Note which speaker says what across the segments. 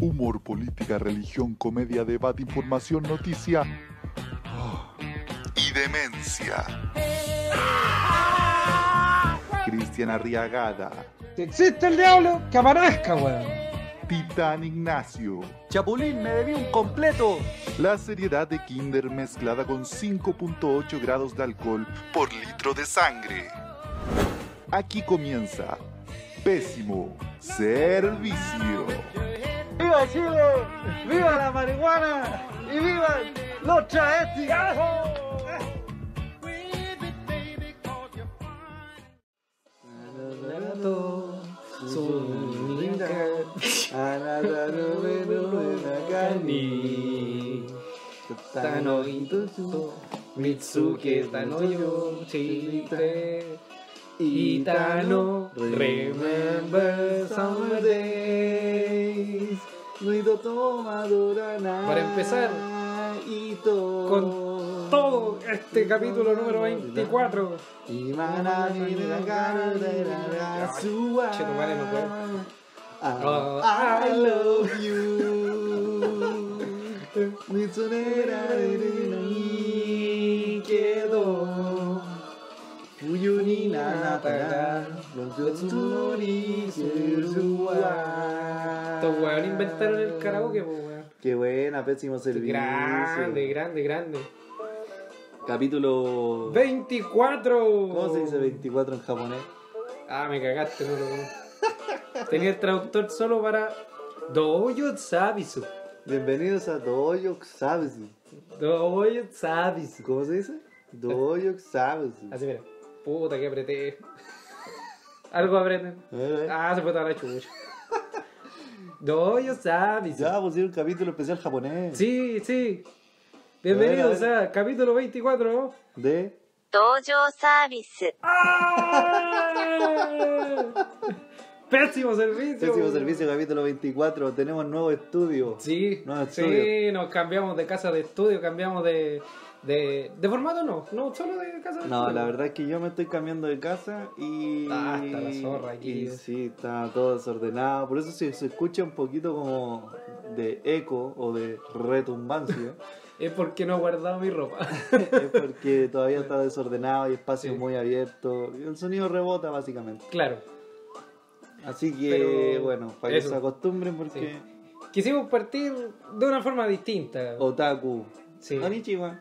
Speaker 1: Humor, política, religión, comedia, debate, información, noticia ah, y demencia. Cristian Arriagada,
Speaker 2: Si existe el diablo, que aparezca, weón.
Speaker 1: Titán Ignacio.
Speaker 3: Chapulín, me debí un completo.
Speaker 1: La seriedad de Kinder mezclada con 5.8 grados de alcohol por litro de sangre. Aquí comienza Pésimo Servicio.
Speaker 3: ¡Viva Chile! ¡Viva la marihuana! ¡Y viva los travestis!
Speaker 4: Mitsuke Tano yo chite Itano remember summer days Ruido tomadora
Speaker 2: Para empezar, con Todo este capítulo número 24.
Speaker 4: Y manani de la cara de la suba
Speaker 2: Che, tu madre no Ah, puedo. ah.
Speaker 4: I love you Mitsunera de ni quedo Fuyu ni nanatara Yotsunori suruwa
Speaker 2: Estos weón inventaron el karaoke, po, weón.
Speaker 4: Qué buena, pésimo servicio
Speaker 2: Grande, grande, grande.
Speaker 4: Capítulo
Speaker 2: 24.
Speaker 4: ¿Cómo se dice 24 en japonés?
Speaker 2: Ah, me cagaste, no lo conozco. Tenía el traductor solo para Doyo Sabisu.
Speaker 4: Bienvenidos a Doyo Xabesu.
Speaker 2: Doyo Sabisu.
Speaker 4: ¿Cómo se dice? Doyo Xabesu.
Speaker 2: Así mira. Puta que apreté. Algo aprenden.
Speaker 4: A ver, a ver.
Speaker 2: Ah, se fue toda la chucha. Doyo Sabisu.
Speaker 4: Ya pusieron un capítulo especial japonés.
Speaker 2: Sí, sí.
Speaker 4: Bienvenidos
Speaker 2: Bienvenidos a, capítulo 24.
Speaker 4: De.
Speaker 5: 登場サービス
Speaker 2: Pésimo servicio.
Speaker 4: Décimo servicio, capítulo 24. Tenemos nuevo estudio.
Speaker 2: Sí,
Speaker 4: Nuevo
Speaker 2: sí,
Speaker 4: estudio.
Speaker 2: nos cambiamos de casa de estudio, cambiamos de, de, de formato, no, no, solo de casa de
Speaker 4: No,
Speaker 2: estudio.
Speaker 4: la verdad es que yo me estoy cambiando de casa y.
Speaker 2: Ah, está la zorra aquí.
Speaker 4: Y sí, está todo desordenado. Por eso si se escucha un poquito como de eco o de retumbancia.
Speaker 2: Es porque no he guardado mi ropa.
Speaker 4: es porque todavía está desordenado y espacio
Speaker 2: Sí.
Speaker 4: muy abierto. Y el sonido rebota básicamente.
Speaker 2: claro.
Speaker 4: Así que
Speaker 2: Pero-
Speaker 4: bueno, para que
Speaker 2: eso.
Speaker 4: se acostumbren porque
Speaker 2: Quisimos partir de una forma distinta.
Speaker 4: Otaku.
Speaker 2: Sí.
Speaker 4: Konnichiwa.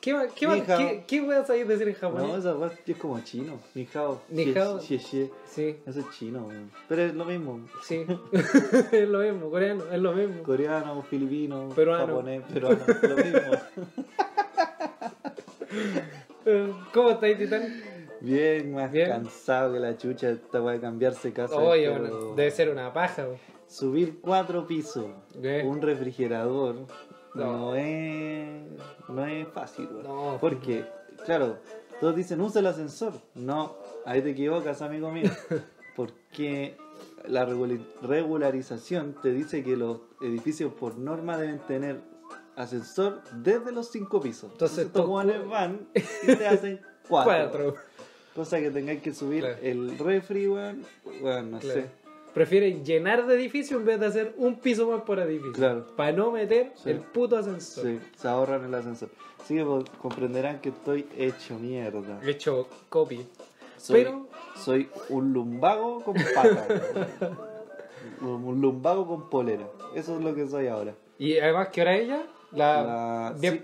Speaker 2: ¿Qué, va- qué, va-
Speaker 4: Ni hao.
Speaker 2: qué, qué voy a salir a decir en
Speaker 4: No,
Speaker 2: japonés?
Speaker 4: esa weá es como chino. Ni hao.
Speaker 2: Ni
Speaker 4: Xie-
Speaker 2: hao.
Speaker 4: xie- xie.
Speaker 2: Sí,
Speaker 4: Eso es chino, weón. Pero es lo mismo.
Speaker 2: sí. es lo mismo, coreano, es lo mismo.
Speaker 4: Coreano, filipino,
Speaker 2: Peruano.
Speaker 4: japonés, peruano. lo mismo.
Speaker 2: Eh, ¿Cómo estáis, Titán?
Speaker 4: Bien más
Speaker 2: Bien.
Speaker 4: cansado que la chucha esta weá de cambiarse casa.
Speaker 2: Oye,
Speaker 4: pero-
Speaker 2: bueno, debe ser una paja, güey.
Speaker 4: Subir cuatro pisos,
Speaker 2: Eh.
Speaker 4: un refrigerador,
Speaker 2: No.
Speaker 4: no, es, no es fácil. weón.
Speaker 2: No.
Speaker 4: Porque, claro, todos dicen usa el ascensor. No, ahí te equivocas, amigo mío. Porque la reguli- regularización te dice que los edificios por norma deben tener ascensor desde los cinco pisos.
Speaker 2: Entonces,
Speaker 4: estos
Speaker 2: tú-
Speaker 4: hueones van y te hacen cuatro.
Speaker 2: Cuatro.
Speaker 4: Cosa que tengáis que subir
Speaker 2: Claro.
Speaker 4: el refri, weón. Weón, no
Speaker 2: Claro.
Speaker 4: sé.
Speaker 2: Prefieren llenar de edificio en vez de hacer un piso más por edificio.
Speaker 4: Claro.
Speaker 2: Para no meter
Speaker 4: Sí.
Speaker 2: el puto ascensor.
Speaker 4: Sí, se ahorran el ascensor. Así que pues, comprenderán que estoy hecho mierda.
Speaker 2: He hecho copy.
Speaker 4: Soy,
Speaker 2: Pero-
Speaker 4: soy un lumbago con pata. un un lumbago con polera. Eso es lo que soy ahora.
Speaker 2: Y además, ¿qué hora es ya? La.
Speaker 4: La-
Speaker 2: 10
Speaker 4: sí,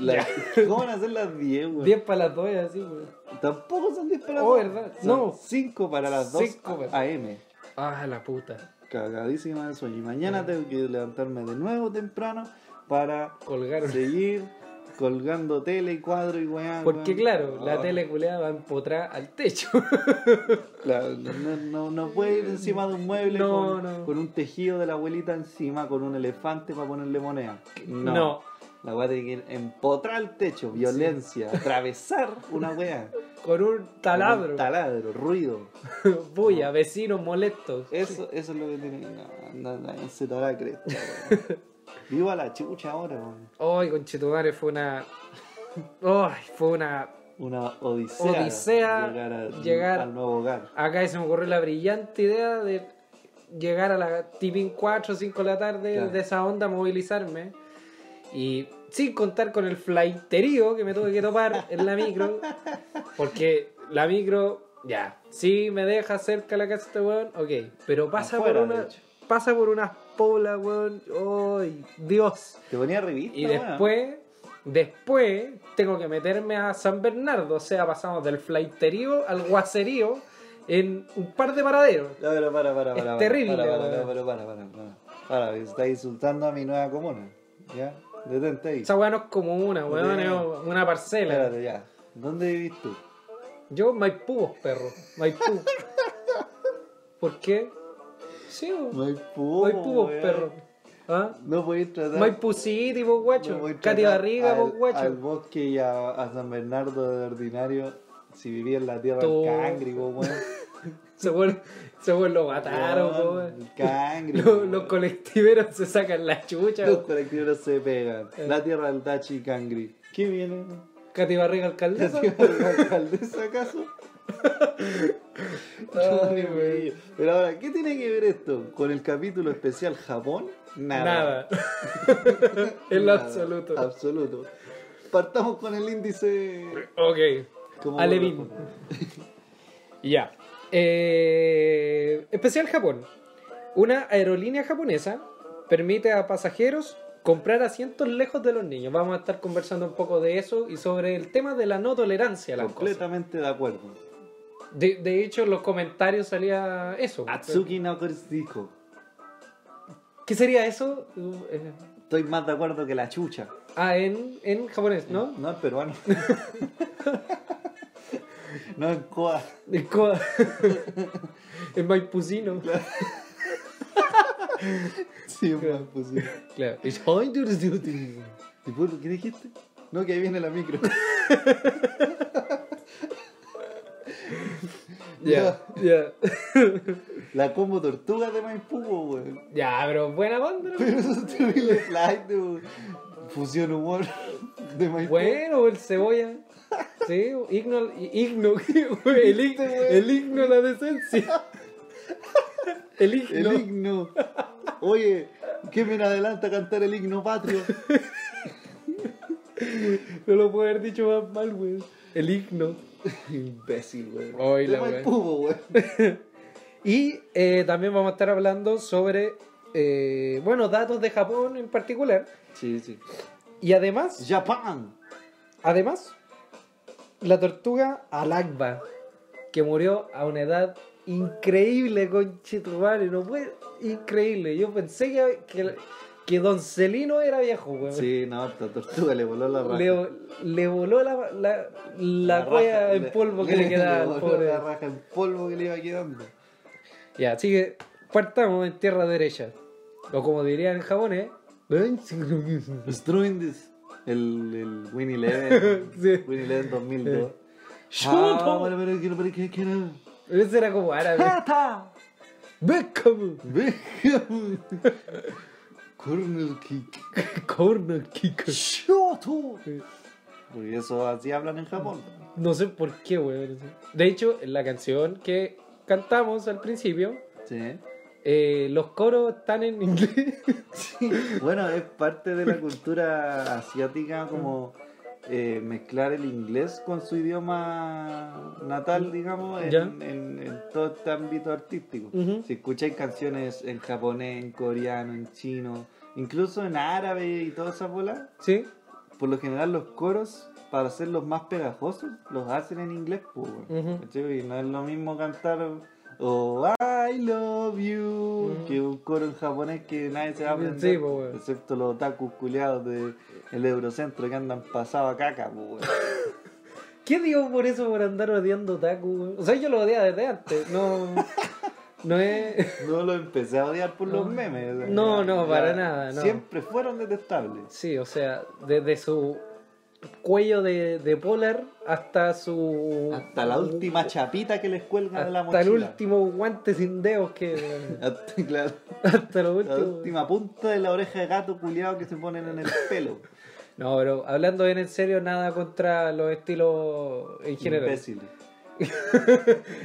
Speaker 4: la- ¿Cómo van a ser las 10, güey?
Speaker 2: para las 2 así, güey.
Speaker 4: Tampoco son 10 para las
Speaker 2: Oh,
Speaker 4: dos.
Speaker 2: ¿verdad?
Speaker 4: Son
Speaker 2: No.
Speaker 4: 5 para las 2
Speaker 2: Cinco para-
Speaker 4: AM.
Speaker 2: Ah, la puta.
Speaker 4: Cagadísima de sueño. Y mañana
Speaker 2: Sí.
Speaker 4: tengo que levantarme de nuevo temprano para
Speaker 2: Colgaron.
Speaker 4: seguir colgando tele y cuadro y weá.
Speaker 2: Porque
Speaker 4: weón.
Speaker 2: claro,
Speaker 4: Oh,
Speaker 2: la tele culeada va a empotrar al techo.
Speaker 4: Claro, no, no, no puede ir encima de un mueble
Speaker 2: No,
Speaker 4: con,
Speaker 2: no.
Speaker 4: con un tejido de la abuelita encima, con un elefante para ponerle moneda. No.
Speaker 2: No.
Speaker 4: La weá tiene que empotrar el techo, violencia, atravesar una weá.
Speaker 2: Con un taladro.
Speaker 4: Un taladro, ruido.
Speaker 2: Bulla, vecinos molestos.
Speaker 4: Eso, eso es lo que tiene. No, no, no, se te va la cresta, weón. Viva la chucha ahora, weón.
Speaker 2: Ay, conchetumare, fue una. Ay, fue una.
Speaker 4: Una odisea.
Speaker 2: Odisea
Speaker 4: llegar, a-
Speaker 2: llegar-
Speaker 4: al nuevo hogar.
Speaker 2: Acá se me ocurrió la brillante idea de llegar a la tipín 4 o 5 de la tarde
Speaker 4: Claro.
Speaker 2: de esa onda, movilizarme. Y sin contar con el flighterío que me tuve que topar en la micro. Porque la micro, ya, sí me deja cerca la casa de este weón, ok. Pero pasa
Speaker 4: Afuera,
Speaker 2: por
Speaker 4: de
Speaker 2: una.
Speaker 4: hecho.
Speaker 2: Pasa por unas poblas, weón. ¡Ay, Dios!
Speaker 4: Te ponía revista.
Speaker 2: Y
Speaker 4: weón.
Speaker 2: después, después tengo que meterme a San Bernardo, o sea, pasamos del flighterío al guacerío en un par de paraderos.
Speaker 4: No, pero para, para,
Speaker 2: Es
Speaker 4: para. para,
Speaker 2: terrible,
Speaker 4: Para, para,
Speaker 2: weón.
Speaker 4: no, pero para, para, para. Para, que está insultando a mi nueva comuna. ¿Ya? Detente ahí.
Speaker 2: Esa weá no es como una, weón,
Speaker 4: Sí.
Speaker 2: es una parcela.
Speaker 4: Espérate, ya. ¿Dónde vivís tú?
Speaker 2: Yo, Maipú, perro, Maipú. ¿Por qué? Sí, weón.
Speaker 4: Maipú.
Speaker 2: Maipú,
Speaker 4: weón.
Speaker 2: perro. ¿Ah?
Speaker 4: No podéis tratar.
Speaker 2: Maipú City, vos
Speaker 4: no
Speaker 2: guacho.
Speaker 4: podéis
Speaker 2: Cati
Speaker 4: tratar
Speaker 2: Barriga,
Speaker 4: al,
Speaker 2: vos
Speaker 4: Al
Speaker 2: guacho.
Speaker 4: bosque y a, a San Bernardo de ordinario. Si vivía en la tierra
Speaker 2: Tú.
Speaker 4: del cangri, vos, weón.
Speaker 2: Se vuelve, se vuelve lo mataron, po,
Speaker 4: Weón,
Speaker 2: weón.
Speaker 4: El cangri.
Speaker 2: Los,
Speaker 4: weón.
Speaker 2: los colectiveros se sacan la chucha,
Speaker 4: Los
Speaker 2: weón.
Speaker 4: colectivos se pegan.
Speaker 2: Eh.
Speaker 4: La tierra del Dachi y Cangri. ¿Qué viene?
Speaker 2: Cati Barriga
Speaker 4: ¿La
Speaker 2: alcaldesa.
Speaker 4: tierra de la alcaldesa acaso? Ay, güey. Pero ahora, ¿qué tiene que ver esto con el capítulo especial Japón?
Speaker 2: Nada. en lo
Speaker 4: Nada.
Speaker 2: absoluto.
Speaker 4: Absoluto. Partamos con el índice.
Speaker 2: Ok.
Speaker 4: como
Speaker 2: Alevín.
Speaker 4: corresponde.
Speaker 2: Ya. Eh, especial Japón. Una aerolínea japonesa permite a pasajeros comprar asientos lejos de los niños. Vamos a estar conversando un poco de eso y sobre el tema de la no tolerancia a las cosas.
Speaker 4: Completamente de acuerdo.
Speaker 2: De, de hecho, en los comentarios salía eso.
Speaker 4: Atsuki Naokos dijo:
Speaker 2: ¿Qué sería eso? Uh, eh,
Speaker 4: Estoy más de acuerdo que la chucha.
Speaker 2: Ah, en, en japonés, ¿no?
Speaker 4: No, es peruano. no es coa.
Speaker 2: En Coa. en Maipucino.
Speaker 4: Sí, es
Speaker 2: Claro.
Speaker 4: más posible.
Speaker 2: Claro. Es Honduras Duty.
Speaker 4: ¿Y por qué dijiste? No, que ahí viene la micro.
Speaker 2: Ya, ya.
Speaker 4: La combo tortuga de Maipú, weón.
Speaker 2: Ya, pero buena banda. ¿no?
Speaker 4: Pero eso es terrible flight, weón. Fusión humor de Maipú.
Speaker 2: Bueno, el cebolla. Sí, igno, igno, el, ig- el igno la decencia. El
Speaker 4: El
Speaker 2: igno.
Speaker 4: himno. Oye, ¿qué me adelanta cantar el himno patrio?
Speaker 2: No lo puedo haber dicho más mal, güey. El igno.
Speaker 4: Imbécil, weón.
Speaker 2: Ay,
Speaker 4: de
Speaker 2: la
Speaker 4: Maipú, weón.
Speaker 2: Y eh, también vamos a estar hablando sobre, eh, bueno, datos de Japón en particular.
Speaker 4: Sí, sí.
Speaker 2: Y además...
Speaker 4: Japón.
Speaker 2: Además, la tortuga Alagba, que murió a una edad increíble, conchetumare, no fue increíble. Yo pensé que, que, que Don Celino era viejo, weón.
Speaker 4: Sí, no, esta tortuga le voló la raja.
Speaker 2: Le, le voló la, la, la,
Speaker 4: raja,
Speaker 2: wea en polvo que le quedaba al
Speaker 4: voló
Speaker 2: pobre.
Speaker 4: La raja en polvo que le iba quedando.
Speaker 2: Ya, así que partamos en tierra derecha. O como dirían en japonés,
Speaker 4: Struin this. El, el Winnie Leven.
Speaker 2: Sí.
Speaker 4: Winnie Leven 2002. Ah,
Speaker 2: ¡Shoto!
Speaker 4: bueno, pero quiero, pero quiero, quiero.
Speaker 2: Ese era como árabe. Beckham.
Speaker 4: Beckham. Corner kick.
Speaker 2: Corner kick.
Speaker 4: Shoto. Porque eso así hablan en Japón.
Speaker 2: No sé por qué, weón. De hecho, en la canción que cantamos al principio,
Speaker 4: Sí.
Speaker 2: eh, los coros están en inglés.
Speaker 4: Bueno, es parte de la cultura asiática como eh, mezclar el inglés con su idioma natal, digamos, en,
Speaker 2: Mm, Ya.
Speaker 4: en- en todo este ámbito artístico.
Speaker 2: Ujú.
Speaker 4: Si escucháis canciones en japonés, en coreano, en chino, incluso en árabe y toda esa bola,
Speaker 2: ¿Sí?
Speaker 4: por lo general los coros, para hacerlos más pegajosos, los hacen en inglés. po, weón.
Speaker 2: Ujú.
Speaker 4: ¿Cachai? Y no es lo mismo cantar o I love you
Speaker 2: Ujú.
Speaker 4: que un coro en japonés que nadie se va a aprender.
Speaker 2: Sí, po, weón.
Speaker 4: excepto los otakus culiados del Eurocentro que andan pasado a caca. po, weón.
Speaker 2: ¿Qué digo por eso, por andar odiando Taku, weón? O sea, yo lo odiaba desde antes. No. No es.
Speaker 4: no lo empecé a odiar por los
Speaker 2: No.
Speaker 4: memes. o sea,
Speaker 2: No, no, para nada, no.
Speaker 4: Siempre fueron detestables.
Speaker 2: Sí, o sea, desde su cuello de, de polar hasta su.
Speaker 4: Hasta la última chapita que les cuelga de la mochila.
Speaker 2: Hasta el último guante sin dedos que.
Speaker 4: Hasta- claro,
Speaker 2: Hasta lo
Speaker 4: la
Speaker 2: último.
Speaker 4: última punta de la oreja de gato culiado que se ponen en el pelo.
Speaker 2: No, pero hablando bien en serio, nada contra los estilos en general.
Speaker 4: Imbéciles.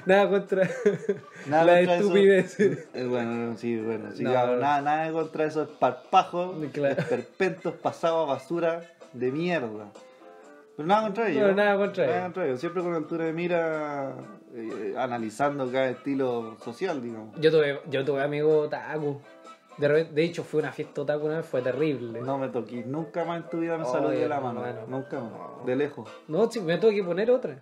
Speaker 2: Nada contra
Speaker 4: Nada
Speaker 2: la
Speaker 4: contra eso.
Speaker 2: estupidez.
Speaker 4: Eh, bueno, sí, bueno. sí,
Speaker 2: No,
Speaker 4: claro,
Speaker 2: no.
Speaker 4: Nada, nada contra esos parpajos,
Speaker 2: Claro.
Speaker 4: esperpentos, pasados a basura de mierda. Pero nada contra ellos.
Speaker 2: No, nada contra ellos.
Speaker 4: ellos. Siempre con altura de mira, eh, analizando cada estilo social, digamos.
Speaker 2: Yo tuve, yo tuve amigo otaku. De, repente- de hecho, fue una fiesta otaku una vez, fue terrible.
Speaker 4: No me toquís, nunca más en tu vida me
Speaker 2: Oye,
Speaker 4: saludé de la mano,
Speaker 2: hermano.
Speaker 4: nunca más, de lejos.
Speaker 2: No, sí, me tuve que poner otra.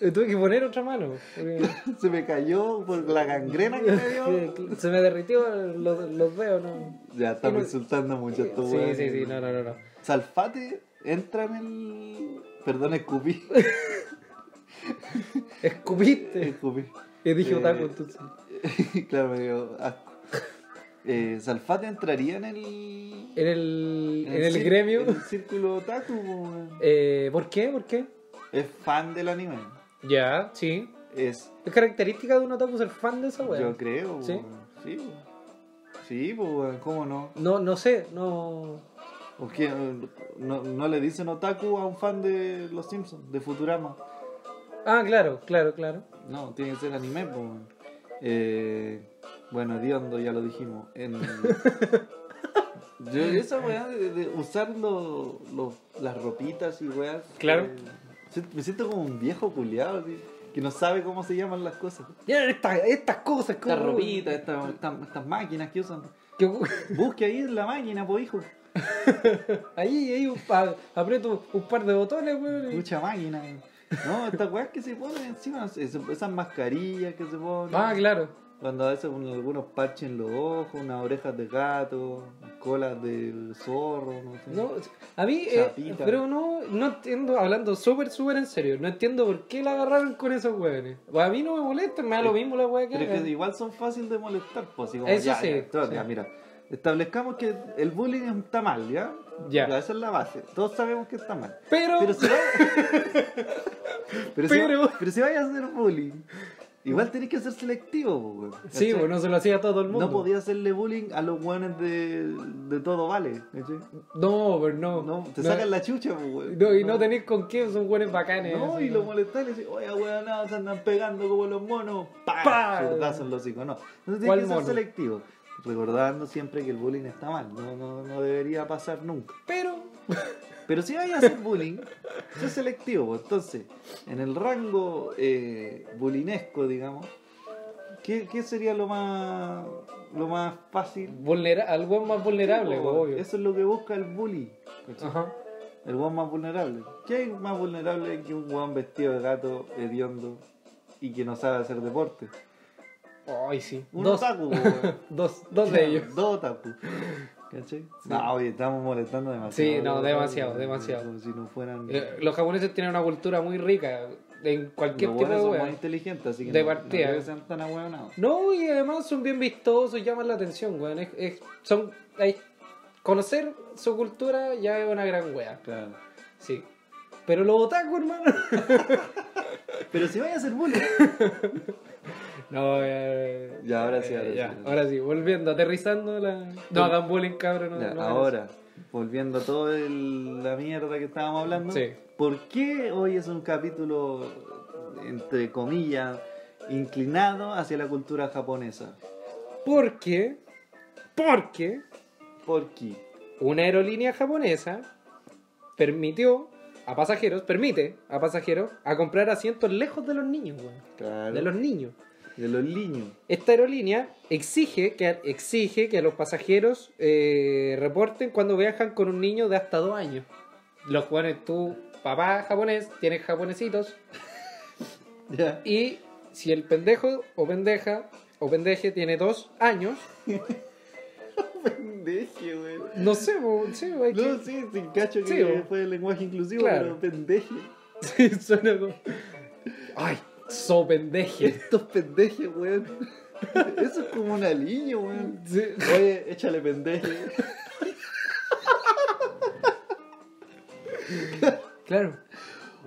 Speaker 2: me tuve que poner otra mano. porque-
Speaker 4: Se me cayó por la gangrena que me dio.
Speaker 2: que Se me derritió los, los dedos, ¿no?
Speaker 4: ya estamos insultando mucho a estos
Speaker 2: Sí,
Speaker 4: weones.
Speaker 2: sí, sí, no, no, no. no.
Speaker 4: Salfate, entra en el. Perdón, escupí.
Speaker 2: Escupiste.
Speaker 4: escupí.
Speaker 2: Y dije
Speaker 4: Eh,
Speaker 2: otaku, entonces.
Speaker 4: claro, me dio asco. Eh, ¿Salfate entraría en el.
Speaker 2: En el, en el
Speaker 4: cir-
Speaker 2: gremio.
Speaker 4: En el círculo otaku, weón.
Speaker 2: Eh, ¿Por qué? ¿Por qué?
Speaker 4: Es fan del anime.
Speaker 2: Ya, sí.
Speaker 4: Es.
Speaker 2: Es característica de un otaku ser fan de esa wea.
Speaker 4: Yo creo,
Speaker 2: ¿Sí?
Speaker 4: weón. Sí, weón. Sí, pues, weón, ¿cómo no?
Speaker 2: No, no sé, no.
Speaker 4: ¿O qué? no? no le dicen otaku a un fan de Los Simpsons, de Futurama?
Speaker 2: Ah, claro, claro, claro.
Speaker 4: No, tiene que ser anime, pues. weón. Eh, bueno, Diondo ya lo dijimos. En- Yo, esa weá de, de usar lo- lo- las ropitas y weas.
Speaker 2: Claro.
Speaker 4: eh, si- me siento como un viejo culiado, que no sabe cómo se llaman las cosas.
Speaker 2: Miren esta- estas cosas,
Speaker 4: Estas
Speaker 2: como-
Speaker 4: ropitas, estas, estas- estas máquinas que usan.
Speaker 2: que-
Speaker 4: Busque ahí en la máquina, po hijo.
Speaker 2: ahí, ahí, un pa- aprieto un par de botones, weón. y-
Speaker 4: Mucha máquina. eh. No, estas weas que se ponen encima, es- esas mascarillas que se ponen.
Speaker 2: Ah, claro.
Speaker 4: Cuando a veces un- algunos parches en los ojos, unas orejas de gato, colas del zorro, no sé.
Speaker 2: No, a mí, eh,
Speaker 4: Chapita.
Speaker 2: pero no, no entiendo, hablando súper, súper en serio, no entiendo por qué la agarraron con esos weones. Pues a mí no me molesta, me da lo mismo la wea que
Speaker 4: Pero es
Speaker 2: hagan.
Speaker 4: que igual son fáciles de molestar, pues así como
Speaker 2: Eso
Speaker 4: ya,
Speaker 2: sí,
Speaker 4: ya, todo,
Speaker 2: sí.
Speaker 4: ya, mira. Establezcamos que el bullying está mal, ¿ya?
Speaker 2: Ya.
Speaker 4: Esa es la base. Todos sabemos que está mal.
Speaker 2: Pero,
Speaker 4: Pero si, va- pero, si va-
Speaker 2: Pero-
Speaker 4: pero si vaya a hacer bullying, igual tenés que ser selectivo, pues, weón.
Speaker 2: sí,
Speaker 4: ¿cachai?
Speaker 2: pues no se lo hacía a todo el mundo.
Speaker 4: No podía hacerle bullying a los weones de, de todo, ¿vale? ¿cachai?
Speaker 2: No, pero no.
Speaker 4: No, te
Speaker 2: No,
Speaker 4: sacan la chucha, pues, weón.
Speaker 2: no, y no, tenés con qué, son weones bacanes.
Speaker 4: No,
Speaker 2: así,
Speaker 4: y lo molestan y dicen, oye, weón, se andan pegando como los monos. ¡Pah!
Speaker 2: ¡Pah!
Speaker 4: Zurdazo en los hocico, no. Entonces
Speaker 2: ¿Cuál
Speaker 4: tiene que ser
Speaker 2: mono?
Speaker 4: selectivo. Recordando siempre que el bullying está mal, no, no, no debería pasar nunca.
Speaker 2: Pero,
Speaker 4: Pero si vais a hacer bullying, sé selectivo. pues. Entonces, en el rango eh, bulinesco, digamos, ¿qué, qué sería lo más, lo más fácil?
Speaker 2: vulnera algo más vulnerable,
Speaker 4: Sí,
Speaker 2: pues,
Speaker 4: po,
Speaker 2: obvio.
Speaker 4: Eso es lo que busca el bully. ¿cachai?
Speaker 2: Ajá.
Speaker 4: El weón más vulnerable. ¿Qué hay más vulnerable que un weón vestido de gato, hediondo y que no sabe hacer deporte?
Speaker 2: Ay, sí.
Speaker 4: Un
Speaker 2: Dos,
Speaker 4: otaku, weón.
Speaker 2: dos, dos de ellos.
Speaker 4: Dos otaku. ¿Cachai? No, oye, estamos molestando demasiado.
Speaker 2: Sí, no,
Speaker 4: weón.
Speaker 2: demasiado, demasiado.
Speaker 4: Como si no fueran.
Speaker 2: Eh, Los japoneses tienen una cultura muy rica en cualquier
Speaker 4: Los
Speaker 2: tipo
Speaker 4: weones
Speaker 2: de
Speaker 4: son
Speaker 2: wea.
Speaker 4: muy inteligentes, así que
Speaker 2: De
Speaker 4: no, no
Speaker 2: partida.
Speaker 4: creo que sean tan ahueonados.
Speaker 2: No, y además son bien vistosos, llaman la atención, weón. Es- es- son, hay- conocer su cultura ya es una gran wea,
Speaker 4: Claro.
Speaker 2: sí. Pero los otaku, hermano.
Speaker 4: Pero si vaya a ser bullying.
Speaker 2: No, eh,
Speaker 4: Ya, ahora sí,
Speaker 2: eh,
Speaker 4: ahora sí,
Speaker 2: ya,
Speaker 4: ahora sí.
Speaker 2: ahora sí, volviendo, aterrizando la. No hagan bullying, cabrón. No,
Speaker 4: Ya,
Speaker 2: no hagan
Speaker 4: ahora, volviendo a toda el- la mierda que estábamos hablando,
Speaker 2: Sí.
Speaker 4: ¿por qué hoy es un capítulo, entre comillas, inclinado hacia la cultura japonesa?
Speaker 2: eso. Porque, porque
Speaker 4: ¿Por qué?
Speaker 2: una aerolínea japonesa permitió a pasajeros, permite a pasajeros a comprar asientos lejos de los niños, weón.
Speaker 4: Claro.
Speaker 2: De los niños.
Speaker 4: de los niños.
Speaker 2: Esta aerolínea exige que, exige que a los pasajeros eh, reporten cuando viajan con un niño de hasta dos años. Los cuales tú, papá japonés, tienes japonesitos.
Speaker 4: Ya.
Speaker 2: Y si el pendejo o pendeja o pendeje tiene dos años,
Speaker 4: Pendeje, güey.
Speaker 2: no sé, bo- sí, bo, hay
Speaker 4: No,
Speaker 2: que-
Speaker 4: sí, sin cacho
Speaker 2: Sí,
Speaker 4: que
Speaker 2: bo.
Speaker 4: fue el lenguaje inclusivo,
Speaker 2: Claro.
Speaker 4: pero pendeje.
Speaker 2: sí, suena como... Ay, so pendeje.
Speaker 4: Estos pendejes, güey. Eso es como una línea, güey.
Speaker 2: Sí.
Speaker 4: Oye, échale pendeje.
Speaker 2: Claro.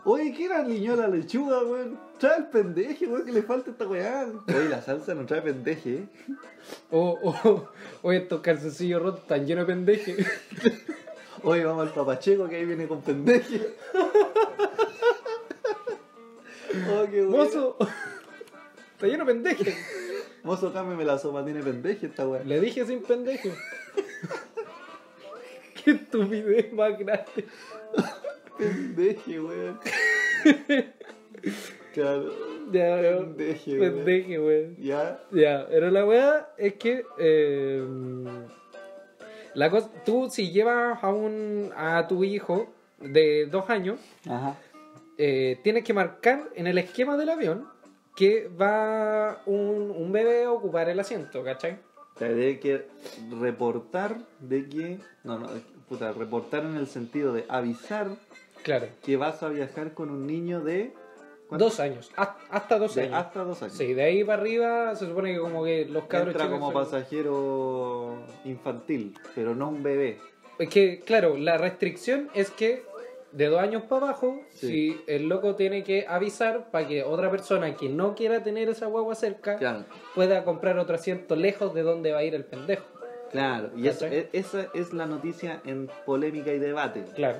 Speaker 4: Oye, ¿qué era niño la lechuga, weón? Trae el pendeje, weón, que le falta esta weá. Oye, la salsa no trae pendeje, eh.
Speaker 2: O, o, o estos calzoncillos rotos están llenos de pendeje.
Speaker 4: Oye, vamos al papacheco que ahí viene con pendeje. Oh, qué bueno.
Speaker 2: ¡Mozo! Está lleno de pendejes.
Speaker 4: Mozo, cámbiame la sopa, tiene pendeje esta weá.
Speaker 2: Le dije sin pendejo. Qué estupidez más grande.
Speaker 4: Pendeje, weón. claro.
Speaker 2: Ya, weón.
Speaker 4: Pendeje, weón.
Speaker 2: Pendeje, weón.
Speaker 4: Ya.
Speaker 2: Ya, pero la weá es que. eh, la cosa, tú si llevas a, un, a tu hijo de dos años,
Speaker 4: Ajá.
Speaker 2: eh, tienes que marcar en el esquema del avión que va un, un bebé a ocupar el asiento, ¿cachai?
Speaker 4: Tendré que reportar de que. No, no, puta, reportar en el sentido de avisar
Speaker 2: Claro.
Speaker 4: que vas a viajar con un niño de. ¿cuánto?
Speaker 2: Dos años, ha- hasta dos
Speaker 4: De
Speaker 2: años.
Speaker 4: hasta dos años.
Speaker 2: Sí, de ahí para arriba se supone que como que los cabros
Speaker 4: Entra
Speaker 2: chicos
Speaker 4: como
Speaker 2: son-
Speaker 4: pasajero infantil, pero no un bebé.
Speaker 2: Es que, claro, la restricción es que de dos años para abajo,
Speaker 4: Sí.
Speaker 2: si el loco tiene que avisar para que otra persona que no quiera tener esa guagua cerca
Speaker 4: Claro.
Speaker 2: pueda comprar otro asiento lejos de donde va a ir el pendejo.
Speaker 4: Claro, y eso-
Speaker 2: ¿Cachai?
Speaker 4: e- esa es la noticia en polémica y debate.
Speaker 2: Claro.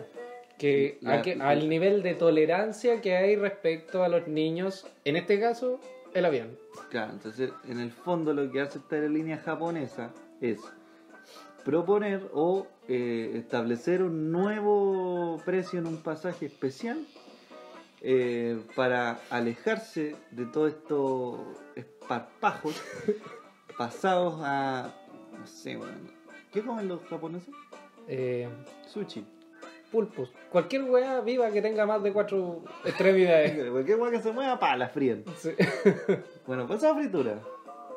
Speaker 2: Que,
Speaker 4: La-
Speaker 2: a que- al nivel de tolerancia que hay respecto a los niños, en este caso, el avión.
Speaker 4: Claro, entonces en el fondo lo que hace esta aerolínea japonesa es proponer o eh, establecer un nuevo precio en un pasaje especial eh, para alejarse de todos estos esparpajos pasados a... no sé, bueno, ¿qué comen los japoneses?
Speaker 2: Eh,
Speaker 4: Sushi.
Speaker 2: pulpos. Cualquier weá viva que tenga más de cuatro extremidades.
Speaker 4: Cualquier hueá que se mueva, pa, la fríen.
Speaker 2: Sí.
Speaker 4: Bueno, pasa a fritura.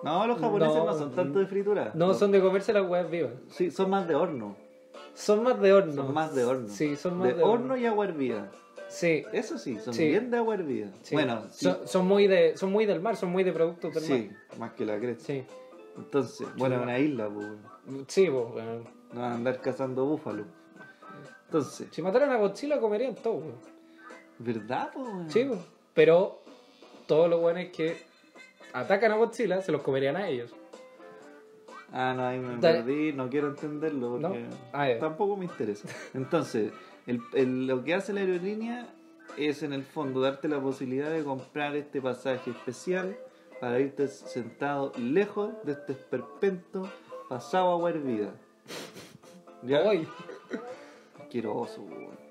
Speaker 4: No, los japoneses no,
Speaker 2: No,
Speaker 4: son tanto de fritura.
Speaker 2: No, son de comerse las weas vivas.
Speaker 4: Sí, son más de horno.
Speaker 2: Son más de horno.
Speaker 4: Son más de horno.
Speaker 2: Sí, son más de,
Speaker 4: horno. y agua hervida.
Speaker 2: Sí.
Speaker 4: Eso sí, son
Speaker 2: Sí.
Speaker 4: bien de agua hervida.
Speaker 2: sí.
Speaker 4: Bueno, sí,
Speaker 2: Son, son muy de, son muy del mar, son muy de productos del
Speaker 4: sí,
Speaker 2: mar.
Speaker 4: más que la cresta.
Speaker 2: Sí.
Speaker 4: Entonces, bueno,
Speaker 2: Sí.
Speaker 4: una isla, pues, weón.
Speaker 2: Sí, po, weón.
Speaker 4: no van a andar cazando búfalo. Entonces,
Speaker 2: Si mataran a Godzilla comerían todo, weón.
Speaker 4: ¿verdad, po, weón?
Speaker 2: Sí, pues, po. Pero todo lo bueno es que atacan a Godzilla, se los comerían a ellos.
Speaker 4: Ah, no, ahí me
Speaker 2: Dale.
Speaker 4: perdí, no quiero entenderlo porque
Speaker 2: No. Ah, ya.
Speaker 4: tampoco me interesa. Entonces, el- el- lo que hace la aerolínea es en el fondo darte la posibilidad de comprar este pasaje especial para irte sentado lejos de este esperpento pasado agua hervida.
Speaker 2: Ya voy.
Speaker 4: Asqueroso, weón.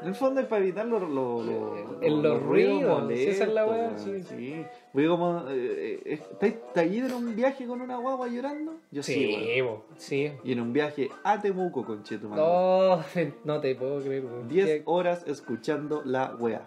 Speaker 4: En el fondo es para evitar los los- los-
Speaker 2: El- los ruidos, sí, esa es la weá,
Speaker 4: molestos, weón,
Speaker 2: sí.
Speaker 4: sí. Porque como, eh, eh, ¿estáis tallido en un viaje con una guagua llorando? Yo sí, weón.
Speaker 2: Sí, po. Sí.
Speaker 4: Y en un viaje a Temuco, conchetumadre.
Speaker 2: No, no te puedo creer, weón.
Speaker 4: 10
Speaker 2: Que
Speaker 4: horas escuchando la weá.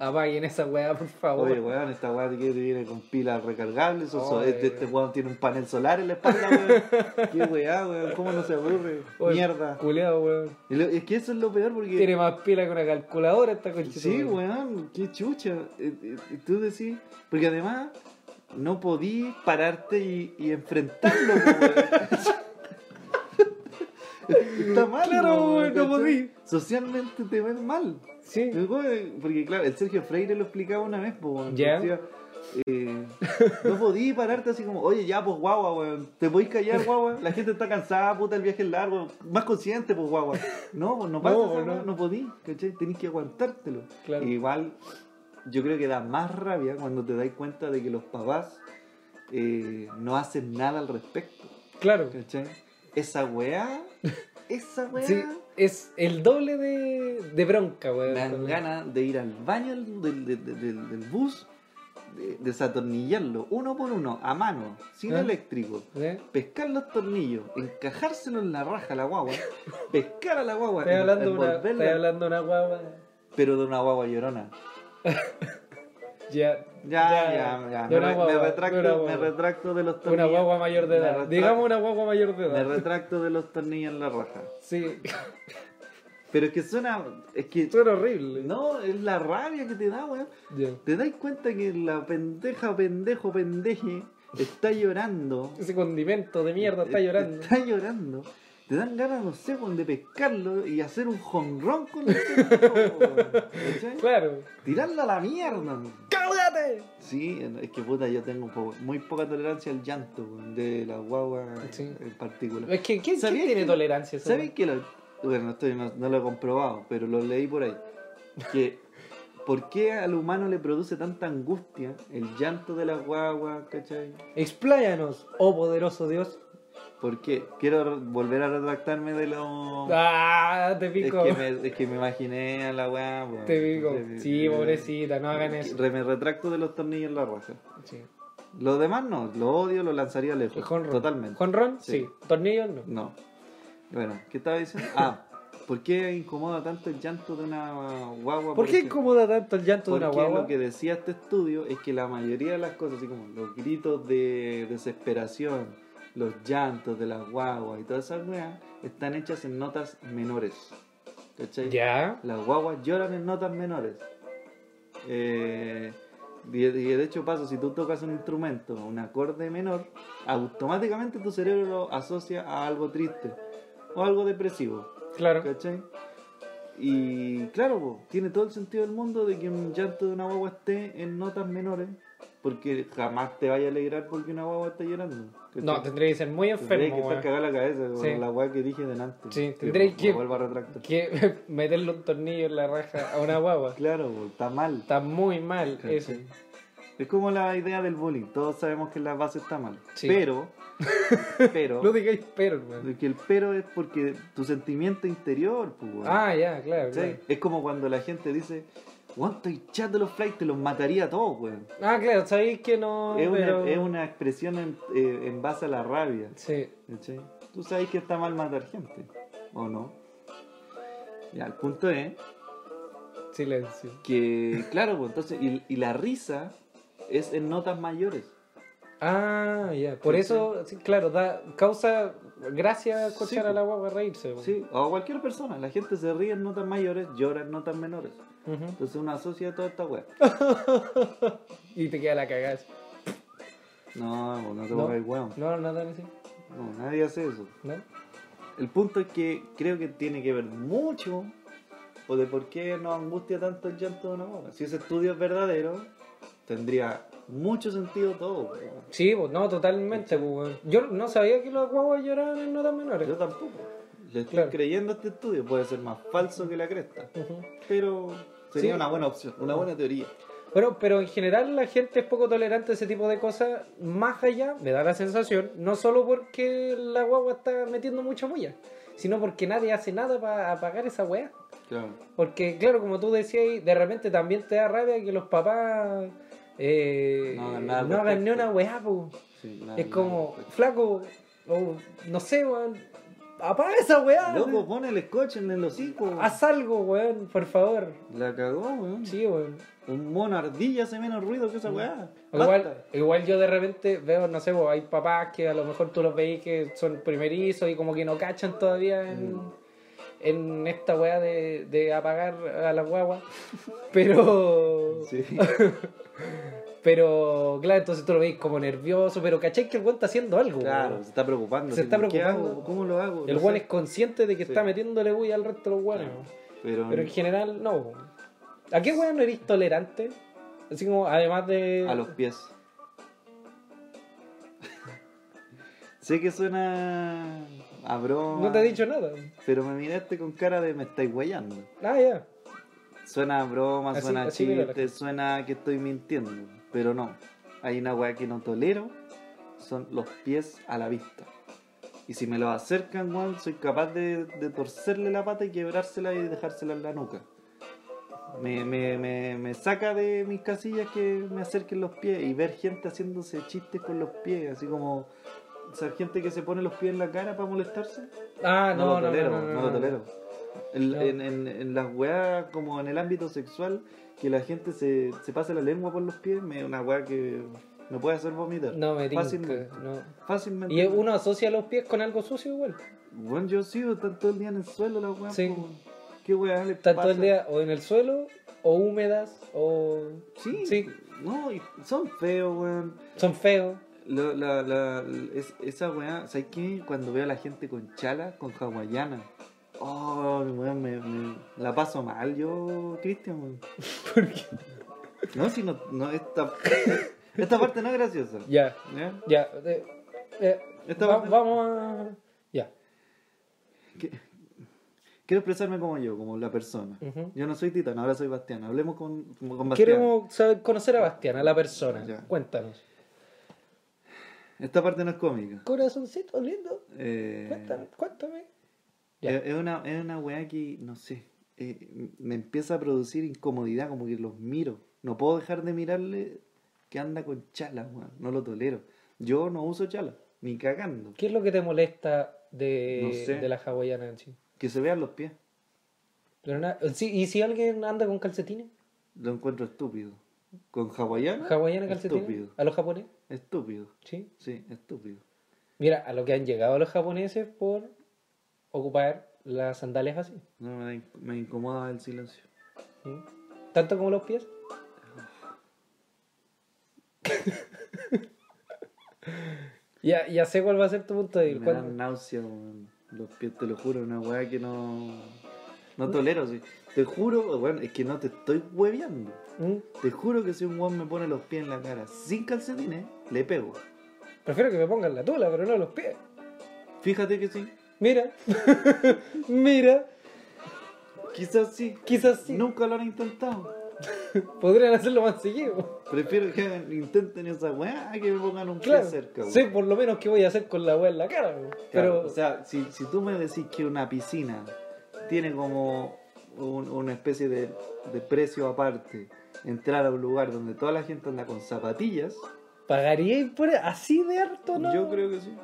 Speaker 2: Apaguen esa weá, por favor.
Speaker 4: Oye, weón, esta weá que te viene con pilas recargables. o so-
Speaker 2: Oye.
Speaker 4: este, este weón tiene un panel solar en la espalda, weón. Qué weá, weón, cómo no se aburre.
Speaker 2: Oye,
Speaker 4: Mierda.
Speaker 2: Culeado, weón.
Speaker 4: Y lo- es que eso es lo peor porque.
Speaker 2: Tiene más pila que una calculadora esta conchita.
Speaker 4: Sí, weón, qué chucha. Eh, eh, Tú decís, porque además no podí pararte y, y enfrentarlo, weón. Está mal,
Speaker 2: Claro, no
Speaker 4: weón, ¿cachai?
Speaker 2: podí.
Speaker 4: Socialmente te ven mal.
Speaker 2: Sí.
Speaker 4: El weón, Porque claro, el Sergio Freire lo explicaba una vez, po, weón.
Speaker 2: Ya.
Speaker 4: Decía, eh, no podí pararte así como, oye, ya, pues guagua, weón. Te podís callar, guagua. La gente está cansada, puta, el viaje es largo. Más consciente, pues guagua. No, pues no pasa,
Speaker 2: No,
Speaker 4: esa
Speaker 2: no.
Speaker 4: weá, no podí, ¿cachai? Tenés que aguantártelo. E
Speaker 2: Claro.
Speaker 4: Igual, yo creo que da más rabia cuando te dais cuenta de que los papás eh, no hacen nada al respecto,
Speaker 2: Claro.
Speaker 4: ¿cachai? Esa weá, esa weá.
Speaker 2: Sí, es el doble de, de bronca, weón.
Speaker 4: Me dan ganas de ir al baño del, del- del- del- del bus, de- desatornillarlo uno por uno, a mano, sin
Speaker 2: ¿Eh?
Speaker 4: eléctrico,
Speaker 2: ¿Eh?
Speaker 4: pescar los tornillos, encajárselo en la raja a la guagua, pescar a la guagua,
Speaker 2: Estoy
Speaker 4: en-
Speaker 2: hablando, de una,
Speaker 4: envolverla,
Speaker 2: estoy hablando de una guagua.
Speaker 4: pero de una guagua llorona.
Speaker 2: Ya,
Speaker 4: Ya, ya,
Speaker 2: De
Speaker 4: ya. Me,
Speaker 2: una
Speaker 4: re-
Speaker 2: guagua,
Speaker 4: me
Speaker 2: de una
Speaker 4: retracto,
Speaker 2: guagua.
Speaker 4: me retracto de los
Speaker 2: Una
Speaker 4: tornillos.
Speaker 2: guagua mayor de
Speaker 4: Me
Speaker 2: edad.
Speaker 4: retracto-
Speaker 2: Digamos una guagua mayor de
Speaker 4: Me
Speaker 2: edad.
Speaker 4: retracto de los tornillos en la raja.
Speaker 2: Sí,
Speaker 4: Pero es que suena. Es que.
Speaker 2: suena horrible.
Speaker 4: No, es la rabia que te da, weón.
Speaker 2: Ya.
Speaker 4: ¿Te dais cuenta que la pendeja, pendejo, pendeje está llorando? Eh,
Speaker 2: Ese condimento de mierda está llorando.
Speaker 4: Está llorando. Te dan ganas, no sé, weón, de pescarlo y hacer un jonrón con el pendejo, weón. ¿Cachai?
Speaker 2: Claro.
Speaker 4: Tirarla a la mierda. weón.
Speaker 2: ¡Cáudate!
Speaker 4: Sí, es que puta, yo tengo po- muy poca tolerancia al llanto weón, de la guagua
Speaker 2: Sí.
Speaker 4: en particular.
Speaker 2: Es que, ¿quién, quién
Speaker 4: ¿Sabías
Speaker 2: tiene
Speaker 4: que-
Speaker 2: tolerancia? a eso?
Speaker 4: ¿Sabes que lo, bueno, estoy, no, no lo he comprobado, pero lo leí por ahí? Que ¿Por qué al humano le produce tanta angustia el llanto de las guaguas, cachai?
Speaker 2: Expláyanos, oh poderoso Dios.
Speaker 4: ¿Por qué? Quiero volver a retractarme de lo...
Speaker 2: Ah, te
Speaker 4: es,
Speaker 2: pico.
Speaker 4: que me, es que me imaginé a la guagua.
Speaker 2: Te pico. Sí,
Speaker 4: pobrecito.
Speaker 2: pobrecita, no hagan eso.
Speaker 4: Re- eh, me retracto de los tornillos en la raza.
Speaker 2: Sí.
Speaker 4: Los demás no, lo odio, lo lanzaría lejos.
Speaker 2: Jonrón.
Speaker 4: Totalmente.
Speaker 2: Jonrón, sí.
Speaker 4: Sí.
Speaker 2: Tornillos, no.
Speaker 4: No. Bueno, ¿qué estaba diciendo? Ah, ¿por qué incomoda tanto el llanto de una guagua?
Speaker 2: ¿Por qué
Speaker 4: ejemplo?
Speaker 2: incomoda tanto el llanto de
Speaker 4: Porque
Speaker 2: una guagua?
Speaker 4: lo que decía este estudio es que la mayoría de las cosas, así como los gritos de desesperación, los llantos de las guaguas y todas esas weas, están hechas en notas menores. ¿Cachai?
Speaker 2: Ya.
Speaker 4: Las guaguas lloran en notas menores. Eh, y, y de hecho pasa, si tú tocas un instrumento, un acorde menor, automáticamente tu cerebro lo asocia a algo triste o algo depresivo.
Speaker 2: Claro.
Speaker 4: ¿Cachai? Y claro, po, tiene todo el sentido del mundo de que un llanto de una guagua esté en notas menores, porque jamás te vaya a alegrar porque una guagua está llorando. ¿cachai?
Speaker 2: No, tendría que ser muy
Speaker 4: Tendréis
Speaker 2: enfermo.
Speaker 4: pues, que estar
Speaker 2: weón.
Speaker 4: cagada la cabeza con
Speaker 2: Sí.
Speaker 4: la guagua que dije delante.
Speaker 2: Sí, tendréis
Speaker 4: po,
Speaker 2: que-
Speaker 4: me vuelvo a retractar.
Speaker 2: que meterle un tornillo en la raja a una guagua.
Speaker 4: Claro, po, está mal.
Speaker 2: Está muy mal
Speaker 4: ¿Cachai?
Speaker 2: eso.
Speaker 4: Es como la idea del bullying. Todos sabemos que la base está mal.
Speaker 2: Sí.
Speaker 4: Pero, pero,
Speaker 2: No digáis pero, weón.
Speaker 4: que el pero es porque tu sentimiento interior, pues, weón.
Speaker 2: Ah, ya, claro.
Speaker 4: ¿Cachai?
Speaker 2: claro.
Speaker 4: Es como cuando la gente dice, weón, estoy chat de los flights, te los mataría a todos, weón.
Speaker 2: Ah, claro, sabéis que no.
Speaker 4: es, una,
Speaker 2: pero-
Speaker 4: es una expresión en, eh, en base a la rabia.
Speaker 2: Sí.
Speaker 4: ¿cachai? Tú sabes que está mal matar gente, ¿o no? Ya, el punto es
Speaker 2: Silencio.
Speaker 4: que, claro, pues, entonces, y, y la risa es en notas mayores.
Speaker 2: Ah, ya. Por
Speaker 4: Sí,
Speaker 2: eso, sí, claro, da, causa gracia escuchar
Speaker 4: Sí,
Speaker 2: a
Speaker 4: po.
Speaker 2: la guagua reírse. po.
Speaker 4: Sí, o a cualquier persona. La gente se ríe en notas mayores, llora en notas menores.
Speaker 2: Ujú.
Speaker 4: Entonces uno asocia toda esta weá.
Speaker 2: Y te queda la cagada.
Speaker 4: No, pues, no te
Speaker 2: No.
Speaker 4: pongas weón.
Speaker 2: No, nada así.
Speaker 4: No, nadie hace eso.
Speaker 2: ¿No?
Speaker 4: El punto es que creo que tiene que ver mucho o de por qué nos angustia tanto el llanto de una boda. Si ese estudio es verdadero, tendría mucho sentido todo. weón.
Speaker 2: Sí, po, no, totalmente. po, weón. Yo no sabía que los guaguas lloraban en notas menores.
Speaker 4: Yo tampoco. Le estoy
Speaker 2: Claro.
Speaker 4: creyendo a este estudio. Puede ser más falso que la cresta.
Speaker 2: Ujú.
Speaker 4: Pero sería
Speaker 2: Sí.
Speaker 4: una buena opción, una buena teoría.
Speaker 2: Bueno, pero en general la gente es poco tolerante a ese tipo de cosas, más allá, me da la sensación, no solo porque la guagua está metiendo mucha mulla, sino porque nadie hace nada para apagar esa weá.
Speaker 4: Claro.
Speaker 2: Porque, claro, como tú decías, de repente también te da rabia que los papás eh,
Speaker 4: No hagan nada al
Speaker 2: no hagan ni
Speaker 4: respecto.
Speaker 2: una weá, po.
Speaker 4: Sí, la-
Speaker 2: Es
Speaker 4: la-
Speaker 2: como, flaco, o no sé, weón, apaga esa weá.
Speaker 4: Loco, pon el scotch en el hocico. weón.
Speaker 2: Haz algo, weón, por favor.
Speaker 4: La cagó, weón.
Speaker 2: Ah, Sí, weón.
Speaker 4: Un mono ardilla hace menos ruido que esa weá.
Speaker 2: Igual,
Speaker 4: Basta.
Speaker 2: igual yo de repente veo, no sé, pues, hay papás que a lo mejor tú los veis que son primerizos y como que no cachan todavía en,
Speaker 4: Mm.
Speaker 2: en esta weá de, de apagar a las guaguas. Pero,
Speaker 4: Sí.
Speaker 2: pero claro, entonces tú lo veis como nervioso, pero cachai que el weón está haciendo algo.
Speaker 4: Claro,
Speaker 2: weón.
Speaker 4: se está preocupando.
Speaker 2: Se
Speaker 4: así
Speaker 2: está
Speaker 4: como, ¿qué
Speaker 2: preocupando.
Speaker 4: hago? ¿Cómo lo hago?
Speaker 2: El
Speaker 4: No
Speaker 2: weón
Speaker 4: sé.
Speaker 2: es consciente de que
Speaker 4: Sí.
Speaker 2: está metiéndole bulla al resto de los weones. weón.
Speaker 4: Pero,
Speaker 2: Pero en general, no. weón. ¿A qué weón no eres tolerante? Así como, además de.
Speaker 4: a los pies. sé que suena a broma.
Speaker 2: No te he dicho nada.
Speaker 4: Pero me miraste con cara de me estáis guayando.
Speaker 2: Ah, ya.
Speaker 4: Suena a broma,
Speaker 2: Así-
Speaker 4: suena a
Speaker 2: así mira la
Speaker 4: chiste, suena a que estoy mintiendo. Pero no. Hay una weá que no tolero. Son los pies a la vista. Y si me los acercan, weón, soy capaz de, de torcerle la pata y quebrársela y dejársela en la nuca. Me, me, me, me saca de mis casillas que me acerquen los pies y ver gente haciéndose chistes con los pies, así como esa gente que se pone los pies en la cara para molestarse
Speaker 2: Ah,
Speaker 4: no,
Speaker 2: no,
Speaker 4: lo tolero, no,
Speaker 2: no,
Speaker 4: lo tolero. En,
Speaker 2: No.
Speaker 4: en- en- en las weas, como en el ámbito sexual, que la gente se, se pase la lengua por los pies, me una wea que me puede hacer vomitar.
Speaker 2: No me tinca,
Speaker 4: Fácilmente.
Speaker 2: no.
Speaker 4: Fácilmente.
Speaker 2: Y uno asocia los pies con algo sucio igual.
Speaker 4: Bueno, yo sí, están todo el día en el suelo las weas.
Speaker 2: Sí.
Speaker 4: po. ¿Qué wea le
Speaker 2: Están
Speaker 4: pasa?
Speaker 2: todo el día o en el suelo, o húmedas, o...
Speaker 4: Sí.
Speaker 2: Sí.
Speaker 4: No, y son feos, weón.
Speaker 2: Son feos.
Speaker 4: Lo- La, la, es- esa weá, ¿sabes qué? Cuando veo a la gente con chala, con hawaiana. Oh, weón, me, me- la paso mal yo, Cristian, weón.
Speaker 2: ¿Por qué?
Speaker 4: No, si no, no esta, esta parte no es graciosa.
Speaker 2: Ya,
Speaker 4: ¿ya?
Speaker 2: ya. eh, eh,
Speaker 4: Esta
Speaker 2: va-
Speaker 4: parte-
Speaker 2: vamos a... Ya.
Speaker 4: ¿Qué, Quiero expresarme como yo, como la persona.
Speaker 2: Ujú.
Speaker 4: Yo no soy Titán, ahora soy Bastián. Hablemos con, con Bastián.
Speaker 2: Queremos saber- conocer a Bastián, a la persona.
Speaker 4: Ya.
Speaker 2: Cuéntanos.
Speaker 4: Esta parte no es cómica.
Speaker 2: Corazoncito lindo,
Speaker 4: Eh,
Speaker 2: cuéntame. cuéntame. Ya.
Speaker 4: es, es una, es una weá que, no sé, eh, me empieza a producir incomodidad, como que los miro. No puedo dejar de mirarle que anda con chala, weón. No lo tolero. Yo no uso chala, ni cagando.
Speaker 2: ¿Qué es lo que te molesta de,
Speaker 4: No sé.
Speaker 2: de la hawaiana en sí?
Speaker 4: Que se vean los pies.
Speaker 2: Pero na- sí, ¿Y si alguien anda con calcetines?
Speaker 4: Lo encuentro estúpido. Con hawaiana.
Speaker 2: ¿Hawaiana calcetines?
Speaker 4: Estúpido.
Speaker 2: ¿A los japoneses?
Speaker 4: Estúpido.
Speaker 2: Sí.
Speaker 4: Sí, estúpido.
Speaker 2: Mira, a lo que han llegado los japoneses por ocupar las sandalias así.
Speaker 4: No, me, inc- me incomoda el silencio.
Speaker 2: ¿sí? Tanto como los pies. ya, ya sé cuál va a ser tu punto de
Speaker 4: Me da
Speaker 2: vista.
Speaker 4: náusea, weón. Los pies, te lo juro, una weá que no. No tolero, sí. Te juro, weón, es que no te estoy hueveando.
Speaker 2: Mm,
Speaker 4: Te juro que si un weón me pone los pies en la cara sin calcetines, le pego.
Speaker 2: Prefiero que me pongan la tula, pero no los pies.
Speaker 4: Fíjate que sí.
Speaker 2: Mira, mira,
Speaker 4: Quizás sí.
Speaker 2: quizás sí.
Speaker 4: Nunca lo han intentado.
Speaker 2: Podrían hacerlo más seguido.
Speaker 4: Prefiero que intenten esa weá a que me pongan un pie
Speaker 2: Claro,
Speaker 4: cerca, weón.
Speaker 2: sé por lo menos qué voy a hacer con la weá en la cara. weón.
Speaker 4: Claro,
Speaker 2: Pero
Speaker 4: o sea, si, si tú me decís que una piscina tiene como un- una especie de, de precio aparte, entrar a un lugar donde toda la gente anda con zapatillas,
Speaker 2: ¿pagaría por así de harto, no?
Speaker 4: yo creo que sí.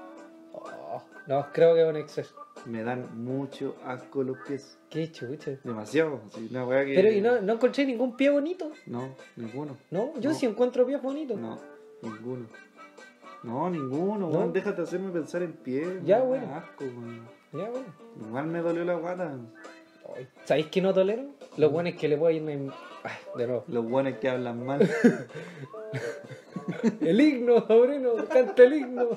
Speaker 2: Oh, no, creo que es un exceso.
Speaker 4: Me dan mucho asco los pies.
Speaker 2: Qué chucha.
Speaker 4: Demasiado. así, una weá que-
Speaker 2: Pero y no, no encontré ningún pie bonito.
Speaker 4: No, ninguno.
Speaker 2: No, yo
Speaker 4: No.
Speaker 2: sí encuentro pies bonitos.
Speaker 4: No, ninguno. No, ninguno,
Speaker 2: No.
Speaker 4: weón. Déjate hacerme pensar en pie.
Speaker 2: Ya,
Speaker 4: me da
Speaker 2: bueno.
Speaker 4: Asco, weón.
Speaker 2: Ya, bueno.
Speaker 4: Igual me dolió la guata.
Speaker 2: Ay, ¿Sabéis qué no tolero? Lo bueno es que le puedo irme. en- Ay, de nuevo.
Speaker 4: Los buenos que hablan mal.
Speaker 2: El himno, Aureno, canta el himno.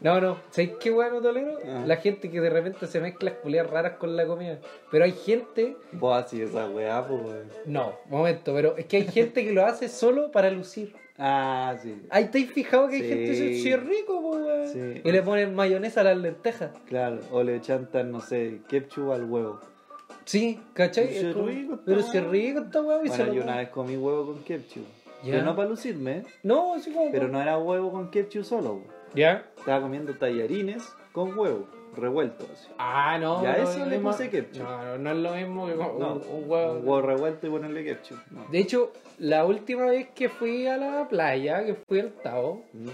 Speaker 2: No, no, ¿sabéis qué bueno tolero?
Speaker 4: Ah.
Speaker 2: La gente que de repente se mezcla culias raras con la comida. Pero hay gente.
Speaker 4: Vos así esa weá, pues, weón.
Speaker 2: No, momento, pero es que hay gente que lo hace solo para lucir.
Speaker 4: Ah, sí.
Speaker 2: Ahí estáis fijados que hay
Speaker 4: Sí.
Speaker 2: gente que dice, sí, es rico, po, weón".
Speaker 4: Sí.
Speaker 2: Y le ponen mayonesa a las lentejas.
Speaker 4: Claro, o le chantan, no sé, ketchup al huevo.
Speaker 2: Sí, ¿cachai?
Speaker 4: Pero si
Speaker 2: Es
Speaker 4: es
Speaker 2: como,
Speaker 4: rico esta
Speaker 2: Pero
Speaker 4: weá.
Speaker 2: si es rico esta weá, y se
Speaker 4: Bueno,
Speaker 2: lo
Speaker 4: yo una
Speaker 2: comen.
Speaker 4: vez comí huevo con ketchup.
Speaker 2: Ya.
Speaker 4: Pero no para lucirme, ¿eh?
Speaker 2: No, así como.
Speaker 4: pero no era huevo con ketchup solo. weón.
Speaker 2: ¿Ya?
Speaker 4: Estaba comiendo tallarines con huevo, revuelto así.
Speaker 2: Ah, no.
Speaker 4: Ya
Speaker 2: no
Speaker 4: eso
Speaker 2: es
Speaker 4: le
Speaker 2: lo mismo-
Speaker 4: puse ketchup.
Speaker 2: No, no, no es lo mismo que con
Speaker 4: No,
Speaker 2: un, Oh, un huevo.
Speaker 4: Un huevo revuelto y ponerle ketchup. No.
Speaker 2: De hecho, la última vez que fui a la playa, que fui al Tao,
Speaker 4: Mm,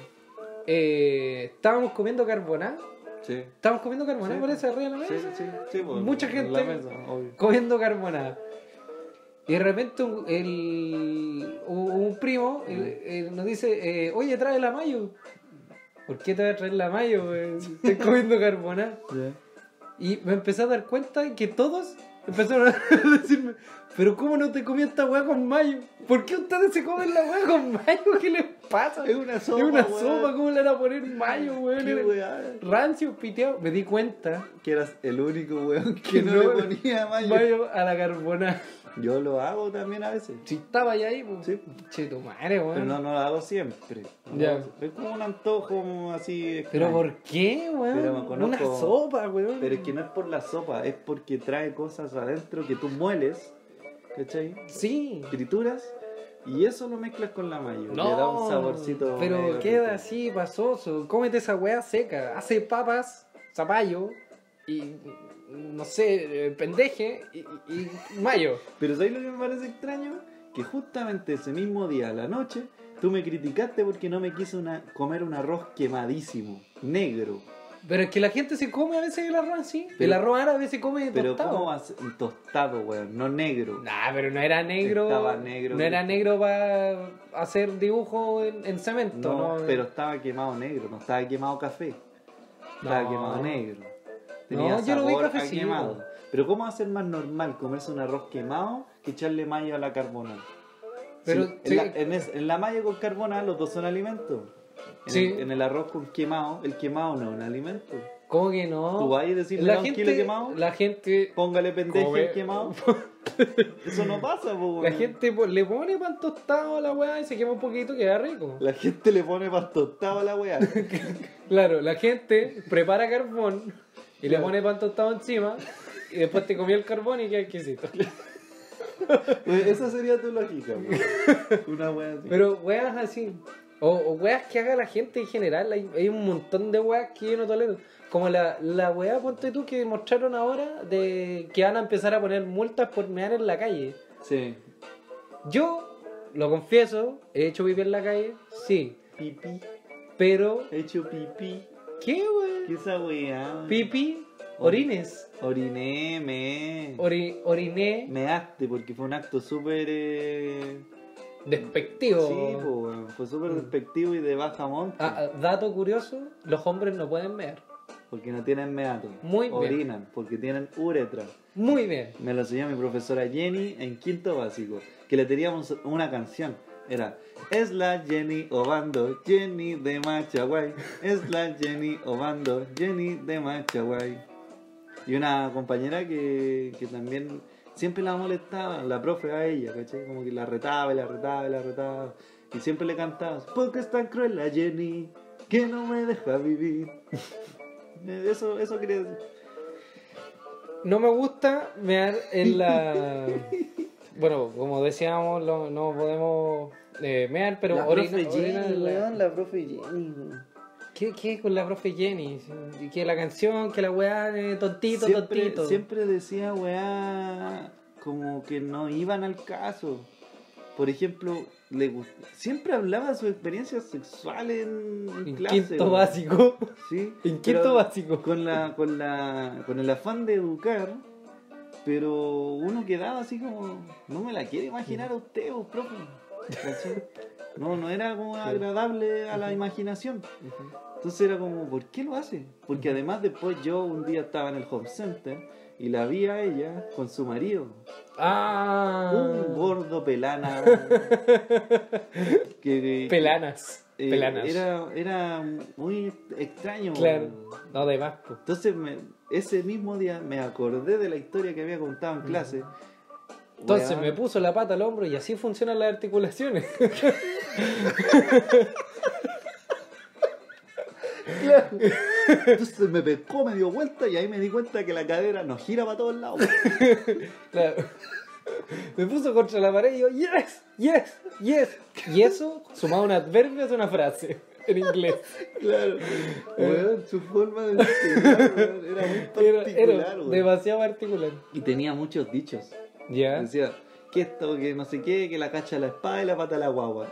Speaker 2: eh, estábamos comiendo carbonada.
Speaker 4: Sí.
Speaker 2: Estábamos comiendo carbonada,
Speaker 4: Sí.
Speaker 2: parece, arriba de la
Speaker 4: Sí,
Speaker 2: mesa.
Speaker 4: sí, sí, pues,
Speaker 2: Mucha
Speaker 4: en
Speaker 2: gente
Speaker 4: la mesa, obvio.
Speaker 2: comiendo carbonada. Y de repente un, el- un- un primo el- el nos dice, eh, oye, trae la mayo. ¿Por qué te voy a traer la mayo? weón? Si Estoy comiendo carbonada.
Speaker 4: Ya.
Speaker 2: Y me empecé a dar cuenta que todos empezaron a decirme, pero ¿cómo no te comí esta weá con mayo? ¿Por qué ustedes se comen la weá con mayo? ¿Qué les pasa?
Speaker 4: Es una sopa.
Speaker 2: Es una
Speaker 4: weón.
Speaker 2: sopa, ¿cómo le van a poner mayo, weón?
Speaker 4: Qué
Speaker 2: Era
Speaker 4: weá.
Speaker 2: Rancio, piteado. Me di cuenta,
Speaker 4: Que eras el único weón
Speaker 2: Que
Speaker 4: que no,
Speaker 2: no-
Speaker 4: le ponía mayo.
Speaker 2: mayo a la carbonada.
Speaker 4: Yo lo hago también a veces.
Speaker 2: Si estaba ya ahí, pues.
Speaker 4: Sí.
Speaker 2: Che, tu madre, weón.
Speaker 4: Pero no, no lo hago siempre. No lo
Speaker 2: Ya.
Speaker 4: hago- Es como un antojo así.
Speaker 2: ¿Pero
Speaker 4: extraño.
Speaker 2: por qué, weón?
Speaker 4: Pero me conozco-
Speaker 2: Una sopa, weón.
Speaker 4: Pero es que no es por la sopa, es porque trae cosas adentro que tú mueles, ¿cachai?
Speaker 2: Sí.
Speaker 4: Trituras y eso lo mezclas con la mayo.
Speaker 2: No,
Speaker 4: le da un saborcito.
Speaker 2: Pero
Speaker 4: medio
Speaker 2: queda
Speaker 4: rico.
Speaker 2: así, pasoso. Cómete esa weá seca. Hace papas, zapallo y. No sé, eh, pendeje y, y- y mayo.
Speaker 4: Pero ¿sabes lo que me parece extraño? Que justamente ese mismo día, a la noche, tú me criticaste porque no me quise una- comer un arroz quemadísimo, negro.
Speaker 2: Pero es que la gente se come a veces el arroz así. El
Speaker 4: Pero-
Speaker 2: arroz árabe se come
Speaker 4: Pero
Speaker 2: tostado.
Speaker 4: ¿cómo vas? Tostado, weón, no negro.
Speaker 2: Nah, pero no era negro.
Speaker 4: Estaba negro.
Speaker 2: No era negro para hacer dibujo en, en cemento.
Speaker 4: No,
Speaker 2: No,
Speaker 4: pero estaba quemado negro, no estaba quemado café. Estaba
Speaker 2: No.
Speaker 4: quemado negro.
Speaker 2: No, yo lo vi
Speaker 4: sabor a
Speaker 2: cafecito.
Speaker 4: quemado. Pero ¿cómo va a ser más normal comerse un arroz quemado que echarle mayo a la carbonara?
Speaker 2: Pero,
Speaker 4: Sí,
Speaker 2: sí.
Speaker 4: en, la, en es- en la mayo con carbonara los dos son alimentos. En,
Speaker 2: Sí.
Speaker 4: el, en el arroz con quemado, el quemado no es un alimento.
Speaker 2: ¿Cómo que no?
Speaker 4: Tú vas a decirle
Speaker 2: la
Speaker 4: a un
Speaker 2: gente,
Speaker 4: kilo quemado,
Speaker 2: La gente.
Speaker 4: póngale pendejo
Speaker 2: Come-
Speaker 4: el quemado. Eso no pasa, po,
Speaker 2: La
Speaker 4: weón.
Speaker 2: gente po- le pone pan tostado a la weá y se quema un poquito, queda rico.
Speaker 4: La gente le pone pan tostado a la weá. Pues,
Speaker 2: Claro, la gente prepara carbón, Y le pone pan tostado encima y después te comió el carbón y queda exquisito.
Speaker 4: Oye, Esa sería tu lógica. po. Una wea así.
Speaker 2: Pero weas así. O, o weas que haga la gente en general. Hay, hay un montón de weas que yo no tolero. Como la, la wea, ponte tú, que mostraron ahora de que van a empezar a poner multas por mear en la calle.
Speaker 4: Sí.
Speaker 2: Yo, lo confieso, he hecho pipí en la calle, sí.
Speaker 4: Pipí.
Speaker 2: Pero,
Speaker 4: Hecho pipí.
Speaker 2: ¿qué
Speaker 4: ¿Qué
Speaker 2: wea?
Speaker 4: esa wea?
Speaker 2: Pipí, orines.
Speaker 4: Oriné, me.
Speaker 2: Ori, oriné,
Speaker 4: Measte, porque fue un acto súper. eh,
Speaker 2: despectivo.
Speaker 4: Sí, po, weón. Fue súper despectivo y de baja monta.
Speaker 2: Mm. Ah, ah, dato curioso, los hombres no pueden mear.
Speaker 4: Porque no tienen meato.
Speaker 2: Muy bien.
Speaker 4: Orinan, porque tienen uretra.
Speaker 2: Muy bien.
Speaker 4: Me lo enseñó mi profesora Jenny en quinto básico, que le teníamos una canción. Era, es la Jenny Obando, Jenny de Machaguay. Es la Jenny Obando, Jenny de Machaguay. Y una compañera que, que también siempre la molestaba, la profe a ella, ¿cachai? Como que la retaba y la retaba y la retaba. Y siempre le cantaba, ¿por qué es tan cruel la Jenny? Que no me deja vivir. Eso, eso quería decir.
Speaker 2: No me gusta mear en la. Bueno, como decíamos, lo- no podemos eh, mear, pero
Speaker 4: la
Speaker 2: orina-
Speaker 4: profe
Speaker 2: orina
Speaker 4: Jenny,
Speaker 2: en la-
Speaker 4: weón, la profe Jenny. weón.
Speaker 2: ¿Qué, ¿Qué con la profe Jenny? Y Que la canción, que la weá, eh, tontito,
Speaker 4: siempre,
Speaker 2: tontito.
Speaker 4: siempre decía, weá, como que no iban al caso. Por ejemplo, le gust- siempre hablaba de sus experiencias sexuales en, en
Speaker 2: En
Speaker 4: clase.
Speaker 2: quinto
Speaker 4: weón.
Speaker 2: básico.
Speaker 4: Sí,
Speaker 2: En quinto
Speaker 4: pero
Speaker 2: básico.
Speaker 4: Con, la, con, la, con el afán de educar, pero uno quedaba así como, no me la quiere imaginar a usted, vos, profe. ¿Cachai? No, no era como agradable a la imaginación. Entonces era como, ¿por qué lo hace? Porque además después yo un día estaba en el home center y la vi a ella con su marido.
Speaker 2: Ah.
Speaker 4: Un gordo pelana. que, que-
Speaker 2: Pelanas.
Speaker 4: eh,
Speaker 2: pelanas.
Speaker 4: Era, era muy extraño.
Speaker 2: Claro. No, de más. po.
Speaker 4: Entonces me- ese mismo día me acordé de la historia que había contado en clase.
Speaker 2: Entonces
Speaker 4: Weón,
Speaker 2: me puso la pata al hombro y así funcionan las articulaciones.
Speaker 4: Claro. Entonces me pescó, me dio vuelta y ahí me di cuenta que la cadera nos gira para todos lados.
Speaker 2: Claro. Me puso contra la pared y yo, yes, yes, yes. Y eso, sumado a un adverbio, es una frase en inglés.
Speaker 4: Claro. Weón, su forma de enseñar, weón, era muy
Speaker 2: Era,
Speaker 4: particular,
Speaker 2: era
Speaker 4: weón.
Speaker 2: demasiado particular.
Speaker 4: Y tenía muchos dichos.
Speaker 2: ¿Eh? Ya.
Speaker 4: Decía, que esto, que no sé qué, que la cacha la espada y la pata la guagua.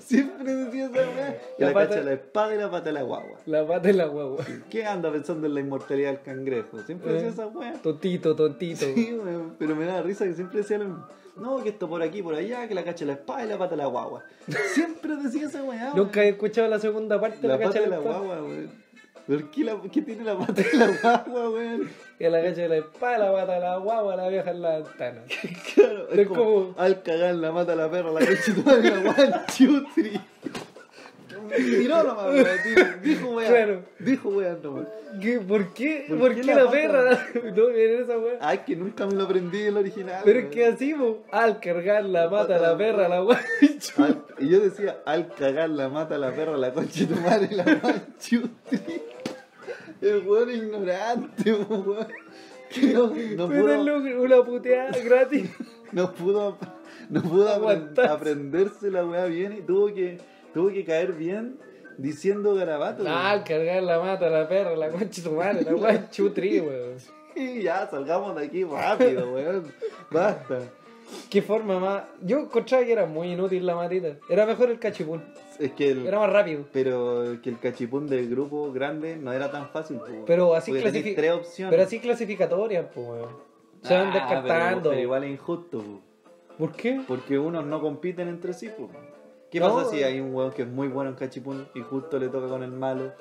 Speaker 4: Siempre decía esa weá. Que
Speaker 2: La
Speaker 4: la,
Speaker 2: pata-
Speaker 4: cacha la espada y la pata la guagua.
Speaker 2: La pata de la guagua.
Speaker 4: ¿Qué anda pensando en la inmortalidad del cangrejo? Siempre decía
Speaker 2: Eh.
Speaker 4: esa weá.
Speaker 2: Tontito, tontito.
Speaker 4: Sí, weón, pero me da risa que siempre decía lo mismo. No, que esto por aquí, por allá, que la cacha la espada y la pata la guagua. Siempre decía esa weá. weón.
Speaker 2: Nunca he escuchado la segunda parte de
Speaker 4: La pata
Speaker 2: cacha
Speaker 4: de
Speaker 2: de
Speaker 4: la
Speaker 2: espada.
Speaker 4: guagua, weón. ¿Por qué, la, qué tiene la pata de la guagua, weón?
Speaker 2: Que la cacha de la espada, la pata de la guagua, la vieja en la ventana.
Speaker 4: Claro, es
Speaker 2: Es
Speaker 4: como,
Speaker 2: como-
Speaker 4: al cagar la mata la perra, la conchita de la guagua, chutri. Tiró nomás, weón. tiró. Dijo weón.
Speaker 2: Claro.
Speaker 4: Dijo weón nomás.
Speaker 2: ¿Qué? ¿Por qué?
Speaker 4: ¿Por
Speaker 2: ¿Por,
Speaker 4: qué
Speaker 2: qué,
Speaker 4: la Ah,
Speaker 2: la, perra? No, miren esa weá.
Speaker 4: Ay, que nunca me lo aprendí el original.
Speaker 2: Pero es
Speaker 4: weón.
Speaker 2: que así, po. al cargar la pata, la perra, la guagua.
Speaker 4: Al- y yo decía, al cagar la mata la perra, la concha de tu madre, la manchutri. El weón ignorante, weón. Que no, no pudo,
Speaker 2: Métanle una puteada gratis.
Speaker 4: no pudo, no pudo apren-
Speaker 2: Aguantarse.
Speaker 4: aprenderse la weá bien y tuvo que, tuvo que caer bien diciendo garabato.
Speaker 2: Ah, al cargar la mata, la perra, la concha de tu madre, la guay chutri, weón.
Speaker 4: Y ya, salgamos de aquí rápido, weón. Basta.
Speaker 2: Qué forma más. Yo encontraba que era muy inútil la matita. Era mejor el cachipún.
Speaker 4: Es que el,
Speaker 2: Era más rápido.
Speaker 4: pero que el cachipún del grupo grande no era tan fácil. pues, weón.
Speaker 2: Pero así
Speaker 4: Porque tenés
Speaker 2: clasifi-
Speaker 4: tres opciones.
Speaker 2: Pero así clasificatoria, pues, weón. Se van
Speaker 4: Ah,
Speaker 2: descartando.
Speaker 4: Pero, pero igual es injusto, po,
Speaker 2: ¿Por qué?
Speaker 4: porque unos no compiten entre sí. po. ¿Qué
Speaker 2: No,
Speaker 4: pasa si
Speaker 2: eh.
Speaker 4: hay un weón que es muy bueno en cachipún y justo le toca con el malo?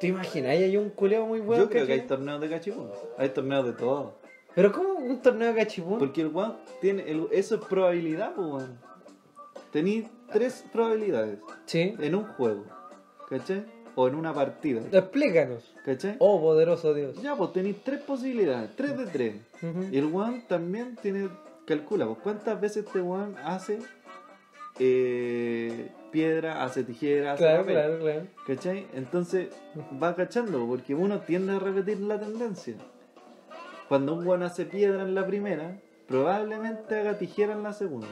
Speaker 2: ¿Te imaginas? Ahí hay un culeo muy bueno.
Speaker 4: Yo creo que hay
Speaker 2: ¿cachai?
Speaker 4: torneos de cachipún, hay torneos de todo.
Speaker 2: Pero ¿cómo un torneo de cachipún?
Speaker 4: Porque el weón tiene. el- eso es probabilidad, pues weón. Tení tres probabilidades
Speaker 2: Sí.
Speaker 4: en un juego, ¿cachai? O en una partida,
Speaker 2: Explícanos.
Speaker 4: ¿cachai?
Speaker 2: Oh, poderoso Dios.
Speaker 4: Ya, pues tenéis tres posibilidades, tres de tres.
Speaker 2: Ujú.
Speaker 4: Y el weón también tiene. Calcula, pues cuántas veces este weón hace. eh, piedra, hace tijera, hace
Speaker 2: Claro,
Speaker 4: papel,
Speaker 2: claro, claro.
Speaker 4: ¿Cachai? Entonces va cachando, porque uno tiende a repetir la tendencia. Cuando un guano hace piedra en la primera, probablemente haga tijera en la segunda.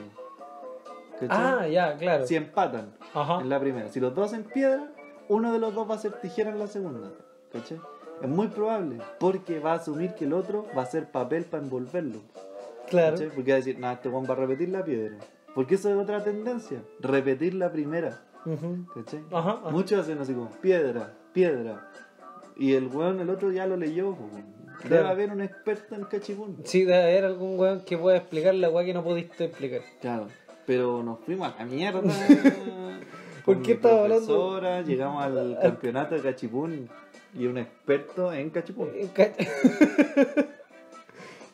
Speaker 2: Ah,
Speaker 4: ¿Cachai?
Speaker 2: ya, claro.
Speaker 4: si empatan
Speaker 2: Ajá.
Speaker 4: en la primera, si los dos en piedra, uno de los dos va a hacer tijera en la segunda. ¿Cachai? Es muy probable, porque va a asumir que el otro va a hacer papel para envolverlo.
Speaker 2: Claro.
Speaker 4: ¿Cachai? Porque va a decir, no, este Juan va a repetir la piedra. Porque eso es otra tendencia, repetir la primera.
Speaker 2: Ujú.
Speaker 4: ¿Cachai?
Speaker 2: Ajá, ajá.
Speaker 4: Muchos hacen así como piedra, piedra. Y el weón, el otro ya lo leyó. po, weón. Debe
Speaker 2: Claro.
Speaker 4: haber un experto en cachipún.
Speaker 2: Sí, debe haber algún weón que pueda explicar la weá que no pudiste explicar.
Speaker 4: Claro, pero nos fuimos a la mierda.
Speaker 2: ¿Por
Speaker 4: con
Speaker 2: qué
Speaker 4: mi
Speaker 2: estaba hablando?
Speaker 4: profesora, Llegamos al campeonato de cachipún y un experto en cachipún.
Speaker 2: Ca-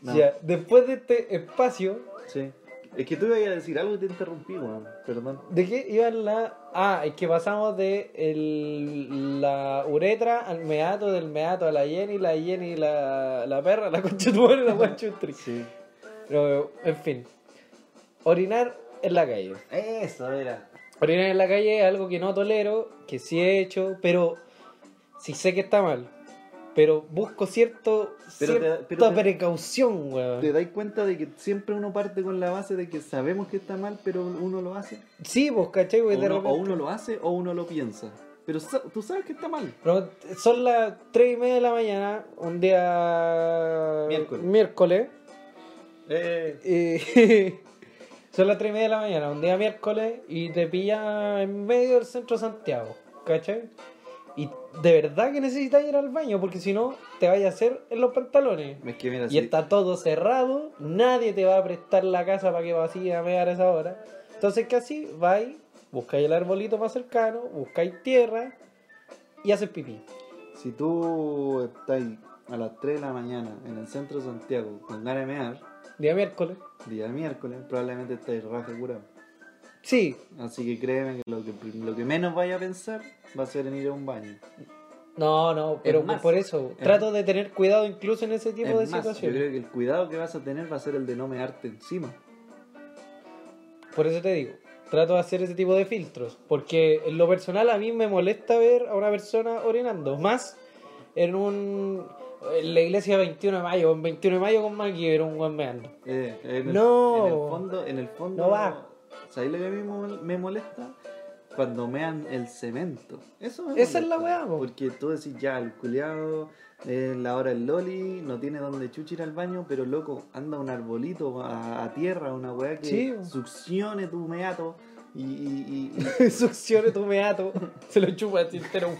Speaker 4: No.
Speaker 2: Ya, después de este espacio,
Speaker 4: Sí. Es que tú ibas a decir algo y te interrumpí, weón. Perdón.
Speaker 2: ¿de qué iban la...? Ah, es que pasamos de el- la uretra al meato, del meato a la Jenny, la Jenny, la, la perra, la concha de tu madre, la guanchutri.
Speaker 4: Sí.
Speaker 2: Pero, en fin. Orinar en la calle.
Speaker 4: Eso era.
Speaker 2: Orinar en la calle es algo que no tolero, que sí he hecho, pero sí sé que está mal. Pero busco cierto,
Speaker 4: Pero te-
Speaker 2: cierta
Speaker 4: pero te-
Speaker 2: precaución, weón.
Speaker 4: ¿Te dais cuenta de que siempre uno parte con la base de que sabemos que está mal, pero uno lo hace?
Speaker 2: Sí, pues, ¿cachai?
Speaker 4: O
Speaker 2: Porque de
Speaker 4: uno, o
Speaker 2: repente-
Speaker 4: uno lo hace o uno lo piensa. Pero sa- tú sabes que está mal.
Speaker 2: Pero son las 3 y media de la mañana, un día
Speaker 4: Miércoles.
Speaker 2: miércoles,
Speaker 4: Eh,
Speaker 2: y- son las 3 y media de la mañana, un día miércoles, y te pilla en medio del centro de Santiago, ¿cachai? Y de verdad que necesitas ir al baño, porque si no, te vayas a hacer en los pantalones.
Speaker 4: Es que mira,
Speaker 2: Y
Speaker 4: si-
Speaker 2: está todo cerrado, nadie te va a prestar la casa para que vacíe a mear a esa hora. Entonces, ¿qué así? Vais, buscáis el arbolito más cercano, buscáis tierra y haces pipí.
Speaker 4: si tú estás a las 3 de la mañana en el centro de Santiago con ganas de mear,
Speaker 2: Día miércoles.
Speaker 4: día miércoles, probablemente estáis raja curado.
Speaker 2: Sí,
Speaker 4: Así que créeme que lo que, prim- lo que menos vaya a pensar va a ser en ir a un baño.
Speaker 2: no, no, pero
Speaker 4: Es más,
Speaker 2: por eso
Speaker 4: es-
Speaker 2: trato de tener cuidado incluso en ese tipo de
Speaker 4: Es más, yo
Speaker 2: situaciones.
Speaker 4: creo que el cuidado que vas a tener va a ser el de no mearte encima.
Speaker 2: Por eso te digo, trato de hacer ese tipo de filtros, porque en lo personal a mí me molesta ver a una persona orinando, más en un en la iglesia 21 de mayo, en 21 de mayo con MacGyver, un buen meando.
Speaker 4: Eh, en el-
Speaker 2: No.
Speaker 4: En el fondo, en el fondo.
Speaker 2: No va.
Speaker 4: ¿Sabéis lo que a mí mo- me molesta? Cuando mean el cemento. Eso me
Speaker 2: Esa es la
Speaker 4: molesta,
Speaker 2: weá, po.
Speaker 4: Porque tú decís, ya, el culiado, eh, la hora del loli, no tiene donde chuchi ir al baño, pero loco, anda un arbolito a, a tierra, una weá que
Speaker 2: Sí, po.
Speaker 4: succione tu meato y. y- y- y-
Speaker 2: Succione tu meato, se lo chupa así entero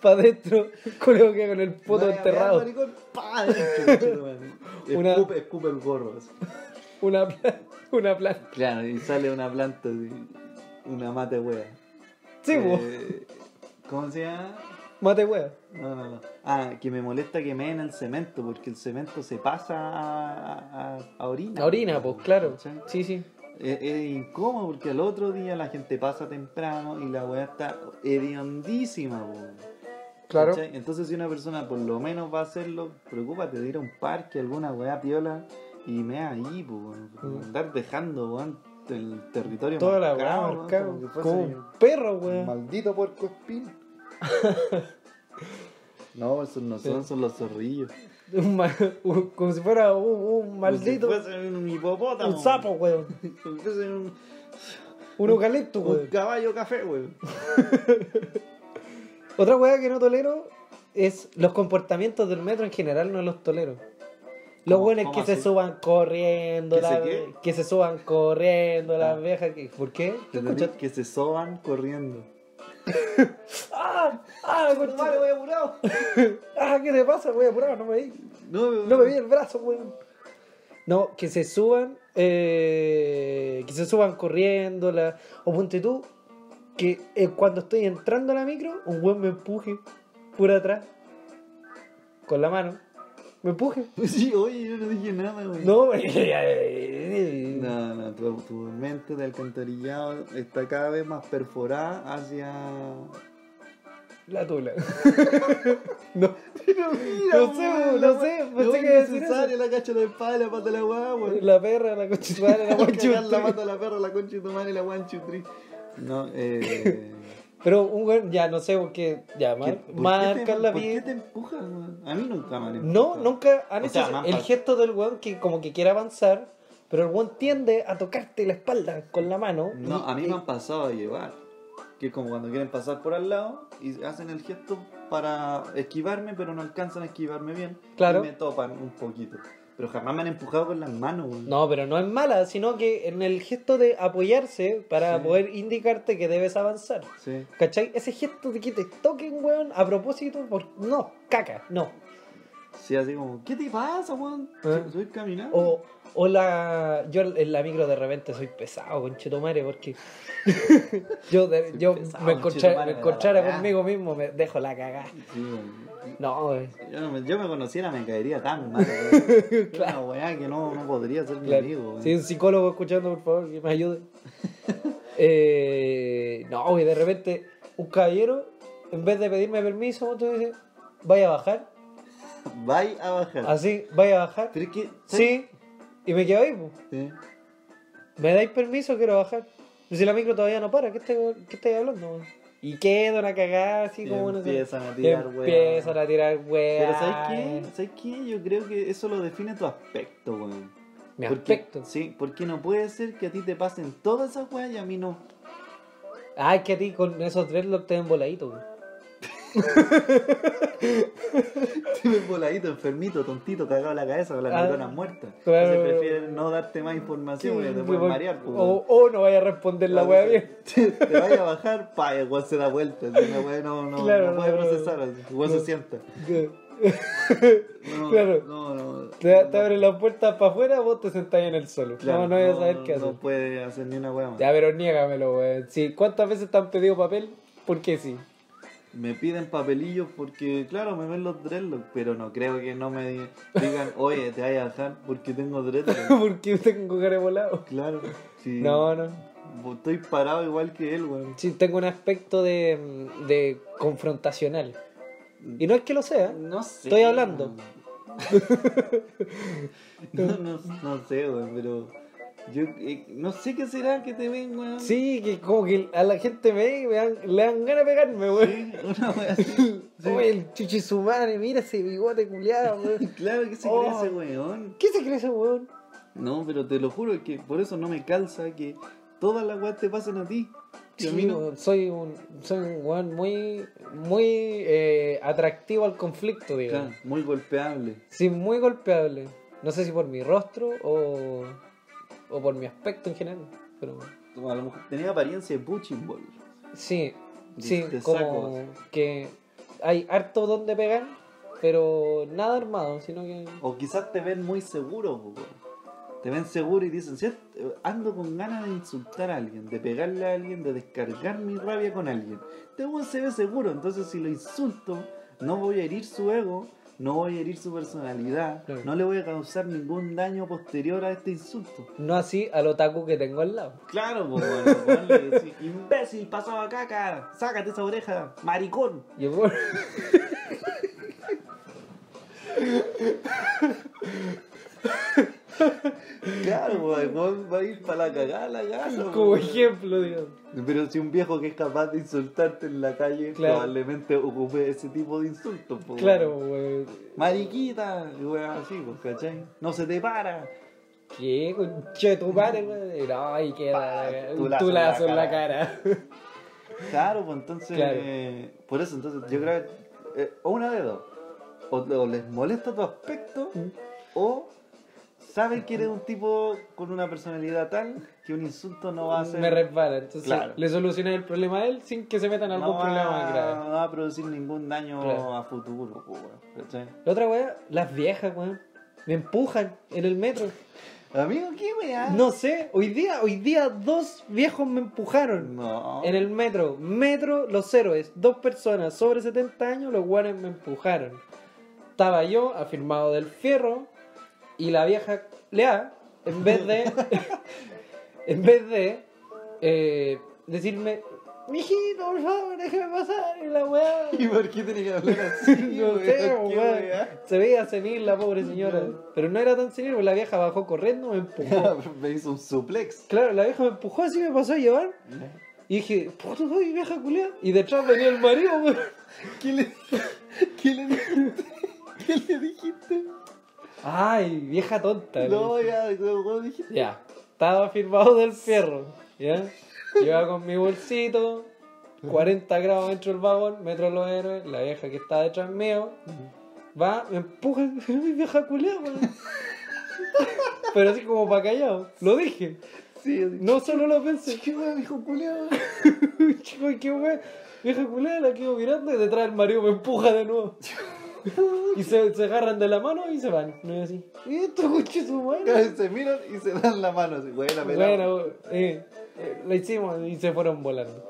Speaker 2: para adentro, creo que con el poto
Speaker 4: Vaya,
Speaker 2: enterrado.
Speaker 4: vea, maricón, pa, adentro, chucha,
Speaker 2: Una-
Speaker 4: escupe, escupe el gorro. así.
Speaker 2: Una, pla- una planta.
Speaker 4: Claro, y sale una planta, así, una mate wea.
Speaker 2: Sí, po.
Speaker 4: Eh, ¿Cómo se llama?
Speaker 2: mate wea.
Speaker 4: No, no, no. Ah, que me molesta que meen el cemento, porque el cemento se pasa a, a- a orina.
Speaker 2: La orina, pues claro.
Speaker 4: ¿Cachai?
Speaker 2: Sí, sí.
Speaker 4: Es, es incómodo porque al otro día la gente pasa temprano y la weá está hediondísima, po.
Speaker 2: Claro.
Speaker 4: ¿Cachai? Entonces si una persona por lo menos va a hacerlo, preocúpate de ir a un parque, alguna weá piola y mea ahí, po.
Speaker 2: Mm.
Speaker 4: Andar dejando, weón, el territorio
Speaker 2: Toda la weá
Speaker 4: marcado, weón,
Speaker 2: marcado.
Speaker 4: como que fuese
Speaker 2: Como un perro, weón.
Speaker 1: Maldito puerco espín.
Speaker 4: No, esos no son,
Speaker 2: Sí.
Speaker 4: son los zorrillos.
Speaker 2: Un ma- un- como si fuera un, un maldito.
Speaker 4: Como si fuese un hipopótamo.
Speaker 2: Un sapo, weón.
Speaker 4: Como si fuese un,
Speaker 2: Un eucalipto,
Speaker 4: un
Speaker 2: weón.
Speaker 4: caballo café, weón.
Speaker 2: Otra weá que no tolero es los comportamientos del metro en general, no los tolero. Los
Speaker 4: ¿Cómo-
Speaker 2: weones
Speaker 4: cómo
Speaker 2: que se
Speaker 4: así?
Speaker 2: suban corriendo,
Speaker 4: ¿Que
Speaker 2: las-
Speaker 4: se qué?
Speaker 2: que se suban corriendo,
Speaker 4: Ah.
Speaker 2: las viejas. que- ¿Por qué? ¿Tú
Speaker 4: ¿Entendí?
Speaker 2: escuchaste?
Speaker 4: Que se soban corriendo.
Speaker 2: ¡Ah! ¡Ah, conchita!
Speaker 4: voy apurado!
Speaker 2: ¡Ah, qué te pasa, weón! Apurado, no me di.
Speaker 4: No, weón.
Speaker 2: No me vi el brazo, weón. No, que se suban, eh, que se suban corriendo, la- o ponte tú, que eh, cuando estoy entrando a la micro, un weón me empuje por atrás, con la mano, me empuje.
Speaker 4: Sí, oye, yo no dije nada, weón.
Speaker 2: No,
Speaker 4: No, no, tu, tu mente de alcantarillado está cada vez más perforada hacia.
Speaker 2: la tula. no,
Speaker 4: Pero mira,
Speaker 2: No sé,
Speaker 4: weón,
Speaker 2: no
Speaker 4: la
Speaker 2: sé,
Speaker 4: weá-
Speaker 2: pensé que
Speaker 4: la weá
Speaker 2: iba a decir
Speaker 4: innecesaria, la cacha la espada, la pata de la weá, weón.
Speaker 2: la perra, la conchita, la
Speaker 4: Cagar la
Speaker 2: guanchuta.
Speaker 4: mata a la perra, la concha de tu madre y la guanchutri. No, eh,
Speaker 2: Pero un weón, ya no sé, porque ya,
Speaker 4: ¿qué-
Speaker 2: mar-
Speaker 4: por qué te-
Speaker 2: marcar la
Speaker 4: ¿Por qué
Speaker 2: vida.
Speaker 4: te empujas? weón? A mí nunca me han
Speaker 2: No,
Speaker 4: empujado.
Speaker 2: nunca han
Speaker 4: O
Speaker 2: hecho
Speaker 4: sea,
Speaker 2: ese-
Speaker 4: más
Speaker 2: el
Speaker 4: fácil.
Speaker 2: gesto del weón que como que quiere avanzar, pero el weón tiende a tocarte la espalda con la mano.
Speaker 4: No,
Speaker 2: y-
Speaker 4: a mí
Speaker 2: y-
Speaker 4: me han pasado a llevar. Que es como cuando quieren pasar por al lado y hacen el gesto para esquivarme, pero no alcanzan a esquivarme bien.
Speaker 2: Claro.
Speaker 4: Y me topan un poquito. Pero jamás me han empujado con las manos, weón.
Speaker 2: No, pero no es mala, sino que en el gesto de apoyarse para
Speaker 4: Sí.
Speaker 2: poder indicarte que debes avanzar.
Speaker 4: Sí.
Speaker 2: ¿Cachai? Ese gesto de que te toquen, weón, a propósito, por... no, caca, no.
Speaker 4: Sí, así como, ¿qué te pasa, weón?
Speaker 2: ¿Eh?
Speaker 4: Si Estoy caminando.
Speaker 2: O, o la. Yo en la micro de repente soy pesado, conchetumare, porque. yo de-
Speaker 4: Soy
Speaker 2: yo
Speaker 4: pesado,
Speaker 2: me, encontrara, me
Speaker 4: conchetumare, me da la
Speaker 2: encontrara
Speaker 4: cagada.
Speaker 2: conmigo mismo, me dejo la cagada.
Speaker 4: Sí, weón.
Speaker 2: No, weón.
Speaker 4: Yo, no me- yo me conociera, me caería tan mal. weón. Una weá que no, no podría ser mi
Speaker 2: Claro.
Speaker 4: amigo, weón.
Speaker 2: Si hay un psicólogo escuchando, por favor, que me ayude. Eh, no, y de repente, un caballero, en vez de pedirme permiso, tú dices, vaya a bajar.
Speaker 4: Vai a bajar.
Speaker 2: Así, vaya a bajar.
Speaker 4: Pero es que.
Speaker 2: Sí. Y me quedo ahí, po.
Speaker 4: Sí.
Speaker 2: ¿Me dais permiso? Quiero bajar. Pero si la micro todavía no para, ¿qué estáis qué estáis hablando? weón? Y quedan a cagar así
Speaker 4: Y
Speaker 2: como una-
Speaker 4: empiezan a
Speaker 2: y
Speaker 4: tirar weá.
Speaker 2: Empiezan a tirar weá.
Speaker 4: Pero ¿sabes qué? ¿Sabes qué? Yo creo que eso lo define tu aspecto, weón.
Speaker 2: Mi
Speaker 4: Porque-
Speaker 2: aspecto.
Speaker 4: Sí, porque no puede ser que a ti te pasen todas esas weas y a mí no.
Speaker 2: Ah, es que a ti con esos dreadlocks te ven voladito, weón.
Speaker 4: Te ves voladito, enfermito, tontito, cagado en la cabeza con las
Speaker 2: Ah,
Speaker 4: neuronas muertas.
Speaker 2: claro.
Speaker 4: Entonces prefieren no darte más información porque te pueden marear, pues,
Speaker 2: o,
Speaker 4: weón.
Speaker 2: o no vaya a responder oh, la weá bien.
Speaker 4: Te, te vaya a bajar, pa, el weón se da vuelta. así, La wea no, no,
Speaker 2: Claro,
Speaker 4: no puede
Speaker 2: no, no.
Speaker 4: procesar, así, el weón
Speaker 2: No.
Speaker 4: se sienta. No,
Speaker 2: Claro.
Speaker 4: No, no.
Speaker 2: Te,
Speaker 4: no,
Speaker 2: te abren las puertas para afuera, vos te sentás en el suelo.
Speaker 4: claro,
Speaker 2: no, no vayas a saber qué
Speaker 4: no
Speaker 2: hacer.
Speaker 4: puede hacer ni una wea más.
Speaker 2: Ya, pero niégamelo, weón. Sí, ¿cuántas veces te han pedido papel? ¿Por qué sí?
Speaker 4: Me piden papelillos porque, claro, me ven los dreadlocks, pero no creo que no me di- digan, oye, te vayas a bajar porque tengo dreadlocks.
Speaker 2: Porque tengo cara de volado.
Speaker 4: Claro, sí.
Speaker 2: No, no.
Speaker 4: Estoy parado igual que él, weón.
Speaker 2: Sí, tengo un aspecto de, de confrontacional. Y no es que lo sea.
Speaker 4: No sé.
Speaker 2: Estoy hablando.
Speaker 4: No, no, no sé, weón, pero. Yo eh, no sé qué será que te ven, weón.
Speaker 2: Sí, que como que a la gente me, me dan- le dan ganas de pegarme, güey.
Speaker 4: Sí, una wea así. Sí.
Speaker 2: Oye, el chichi su madre, mira ese bigote culiado, güey.
Speaker 4: Claro que se
Speaker 2: Oh.
Speaker 4: cree ese weón.
Speaker 2: ¿Qué se cree ese weón?
Speaker 4: No, pero te lo juro que por eso no me calza que todas las weas te pasen a ti. Y a mí
Speaker 2: Sí,
Speaker 4: no.
Speaker 2: weón, soy un, soy un weón muy, muy eh, atractivo al conflicto, digo.
Speaker 4: Claro, muy golpeable.
Speaker 2: Sí, muy golpeable. No sé si por mi rostro o, o por mi aspecto en general. Pero
Speaker 4: A lo mejor tenía apariencia de punching ball.
Speaker 2: sí,
Speaker 4: De-
Speaker 2: sí,
Speaker 4: de
Speaker 2: como que hay harto donde pegar, pero nada armado, sino que...
Speaker 4: O quizás te ven muy seguro, po, weón. Te ven seguro y dicen, "Sí, eh, ando con ganas de insultar a alguien, de pegarle a alguien, de descargar mi rabia con alguien. Este weón se ve seguro, entonces si lo insulto, no voy a herir su ego, no voy a herir su personalidad,
Speaker 2: Claro.
Speaker 4: no le voy a causar ningún daño posterior a este insulto.
Speaker 2: No así al otaku que tengo al lado.
Speaker 4: Claro, po, weón, al weón le decís, imbécil, pasaba caca, sácate esa oreja, maricón.
Speaker 2: Y el weón-
Speaker 4: Claro, po, el weón va a ir para la cagada, a la casa. po,
Speaker 2: como
Speaker 4: weón.
Speaker 2: ejemplo, digamos.
Speaker 4: Pero si un viejo que es capaz de insultarte en la calle,
Speaker 2: Claro.
Speaker 4: probablemente ocupe ese tipo de insultos. po,
Speaker 2: Claro, pues,
Speaker 4: weón.
Speaker 2: weón.
Speaker 4: Mariquita, y weón, así, po, ¿cachai? No se te para.
Speaker 2: ¿Qué? Conche de tu madre, weón. Ay, qué...
Speaker 4: Mm. Pa,
Speaker 2: Tu lazo, en la cara.
Speaker 4: Claro, pues entonces.
Speaker 2: Claro.
Speaker 4: eh, por eso, entonces, yo creo. que, eh, o una de dos. O, o les molesta tu aspecto,
Speaker 2: Mm.
Speaker 4: o saben que eres un tipo con una personalidad tal que un insulto no va a ser.
Speaker 2: me resbala. Entonces
Speaker 4: Claro.
Speaker 2: le solucionan el problema a él sin que se metan en algún
Speaker 4: no,
Speaker 2: problema
Speaker 4: va,
Speaker 2: más grave.
Speaker 4: no va a producir ningún daño
Speaker 2: Claro.
Speaker 4: a futuro, po, weón, ¿cachai?
Speaker 2: La otra weá, las viejas, weón. Me empujan en el metro.
Speaker 4: Amigo, ¿qué weá?
Speaker 2: No sé, hoy día, hoy día dos viejos me empujaron.
Speaker 4: No.
Speaker 2: En el metro, metro, los héroes, dos personas sobre 70 años, los guanes me empujaron. Estaba yo, afirmado del fierro, y la vieja Lea, en vez de. en vez de. eh, decirme, mijito, por favor, déjame pasar, y la weá.
Speaker 4: ¿Y por qué tenía que hablar así?
Speaker 2: No
Speaker 4: weón?
Speaker 2: sé,
Speaker 4: ¿Qué
Speaker 2: weón.
Speaker 4: weá?
Speaker 2: Se veía senil la pobre señora. Pero no era tan senil, porque la vieja bajó corriendo, me empujó.
Speaker 4: Me hizo un suplex.
Speaker 2: claro, la vieja me empujó así, me pasó a llevar. Y dije, puta, ay, vieja culia. Y detrás venía el marido, weón. ¿Qué le, ¿Qué le dijiste? ¿Qué le dijiste? Ay, vieja tonta. le
Speaker 4: No,
Speaker 2: dije.
Speaker 4: ya, ¿cómo dijiste?
Speaker 2: Ya, estaba firmado del fierro, ¿ya? Yo iba con mi bolsito, 40 grados dentro del vagón, metro de los héroes, la vieja que está detrás mío, va, me empuja, mi vieja culiada, Pero así como para callado, lo dije,
Speaker 4: Sí, yo dije,
Speaker 2: no solo lo pensé,
Speaker 4: ¿Qué weón, hijo culiado?
Speaker 2: chico, qué wea, vieja culiada, la quedo mirando y detrás el marido me empuja de nuevo. Y se, se agarran de la mano y se van, no es así. Y esto, coche, su madre.
Speaker 4: Se miran y se dan la mano así, weón, la pelada.
Speaker 2: Bueno, eh, eh, la hicimos y se fueron volando.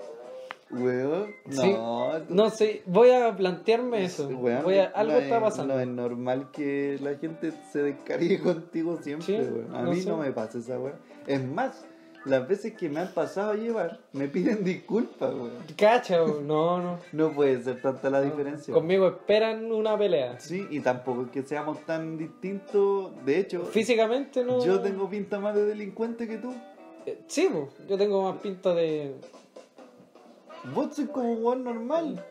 Speaker 4: Weón,
Speaker 2: Sí.
Speaker 4: no. tú-
Speaker 2: No sé, voy a plantearme eso.
Speaker 4: Este, Weón,
Speaker 2: Pues, Voy a- algo
Speaker 4: no
Speaker 2: está
Speaker 4: es-
Speaker 2: pasando.
Speaker 4: No es normal que la gente se descargue contigo siempre,
Speaker 2: Sí,
Speaker 4: weón. A
Speaker 2: no
Speaker 4: mí
Speaker 2: sé.
Speaker 4: no me pasa esa weón. Es más, las veces que me han pasado a llevar, me piden disculpas, weón.
Speaker 2: Cacha, weón, no, no.
Speaker 4: No puede ser tanta la
Speaker 2: no.
Speaker 4: diferencia.
Speaker 2: Conmigo esperan una pelea.
Speaker 4: Sí, y tampoco es que seamos tan distintos. De hecho,
Speaker 2: Físicamente no.
Speaker 4: yo tengo pinta más de delincuente que tú.
Speaker 2: Eh, Sí, po, yo tengo más pinta de.
Speaker 4: Vos sois como un weón normal.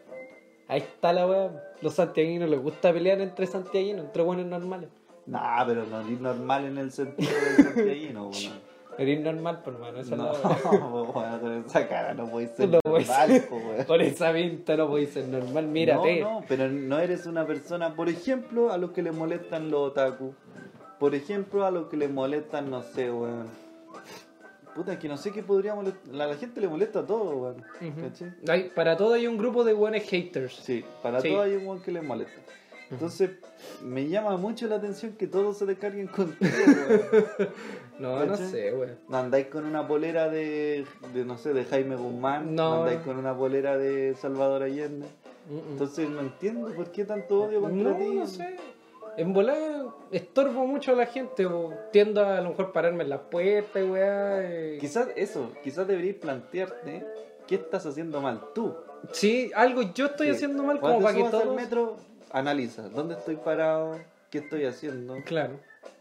Speaker 2: Ahí está la weá. Los santiaguinos les gusta pelear entre santiaguinos, entre buenos normales.
Speaker 4: Nah, pero no es normal en el sentido de santiaguino, weón.
Speaker 2: Eres normal, por hermano. Esa
Speaker 4: No,
Speaker 2: es la weá.
Speaker 4: weón, con esa cara no podéis ser
Speaker 2: No podéis ser-
Speaker 4: normal, po, weón.
Speaker 2: Con esa pinta no podéis ser normal, mírate.
Speaker 4: No, no, pero no eres una persona, por ejemplo, a los que les molestan los otaku. Por ejemplo, a los que les molestan, no sé, weón. Puta, es que no sé qué podría molestar. A la gente le molesta todo, weón.
Speaker 2: Ujú.
Speaker 4: ¿Cachai?
Speaker 2: Hay- para todo hay un grupo de buenos haters.
Speaker 4: Sí, para
Speaker 2: Sí.
Speaker 4: todo hay un weón que les molesta. Entonces, me llama mucho la atención que todos se descarguen contigo, weón.
Speaker 2: No, no
Speaker 4: ¿Cachai?
Speaker 2: sé, weón.
Speaker 4: No andáis con una polera de, de, no sé, de Jaime Guzmán.
Speaker 2: No.
Speaker 4: No. andáis con una polera de Salvador Allende.
Speaker 2: Mm, mm.
Speaker 4: Entonces, no entiendo por qué tanto odio contra
Speaker 2: no,
Speaker 4: ti.
Speaker 2: No sé. En volar estorbo mucho a la gente, o tiendo a, a lo mejor pararme en la puerta y weá. eh.
Speaker 4: Quizás eso, quizás deberías plantearte qué estás haciendo mal tú.
Speaker 2: Sí, algo yo estoy
Speaker 4: Sí.
Speaker 2: haciendo mal como
Speaker 4: Cuando
Speaker 2: para
Speaker 4: te
Speaker 2: que
Speaker 4: subas al
Speaker 2: todos...
Speaker 4: metro, analiza dónde estoy parado, qué estoy haciendo,
Speaker 2: Claro.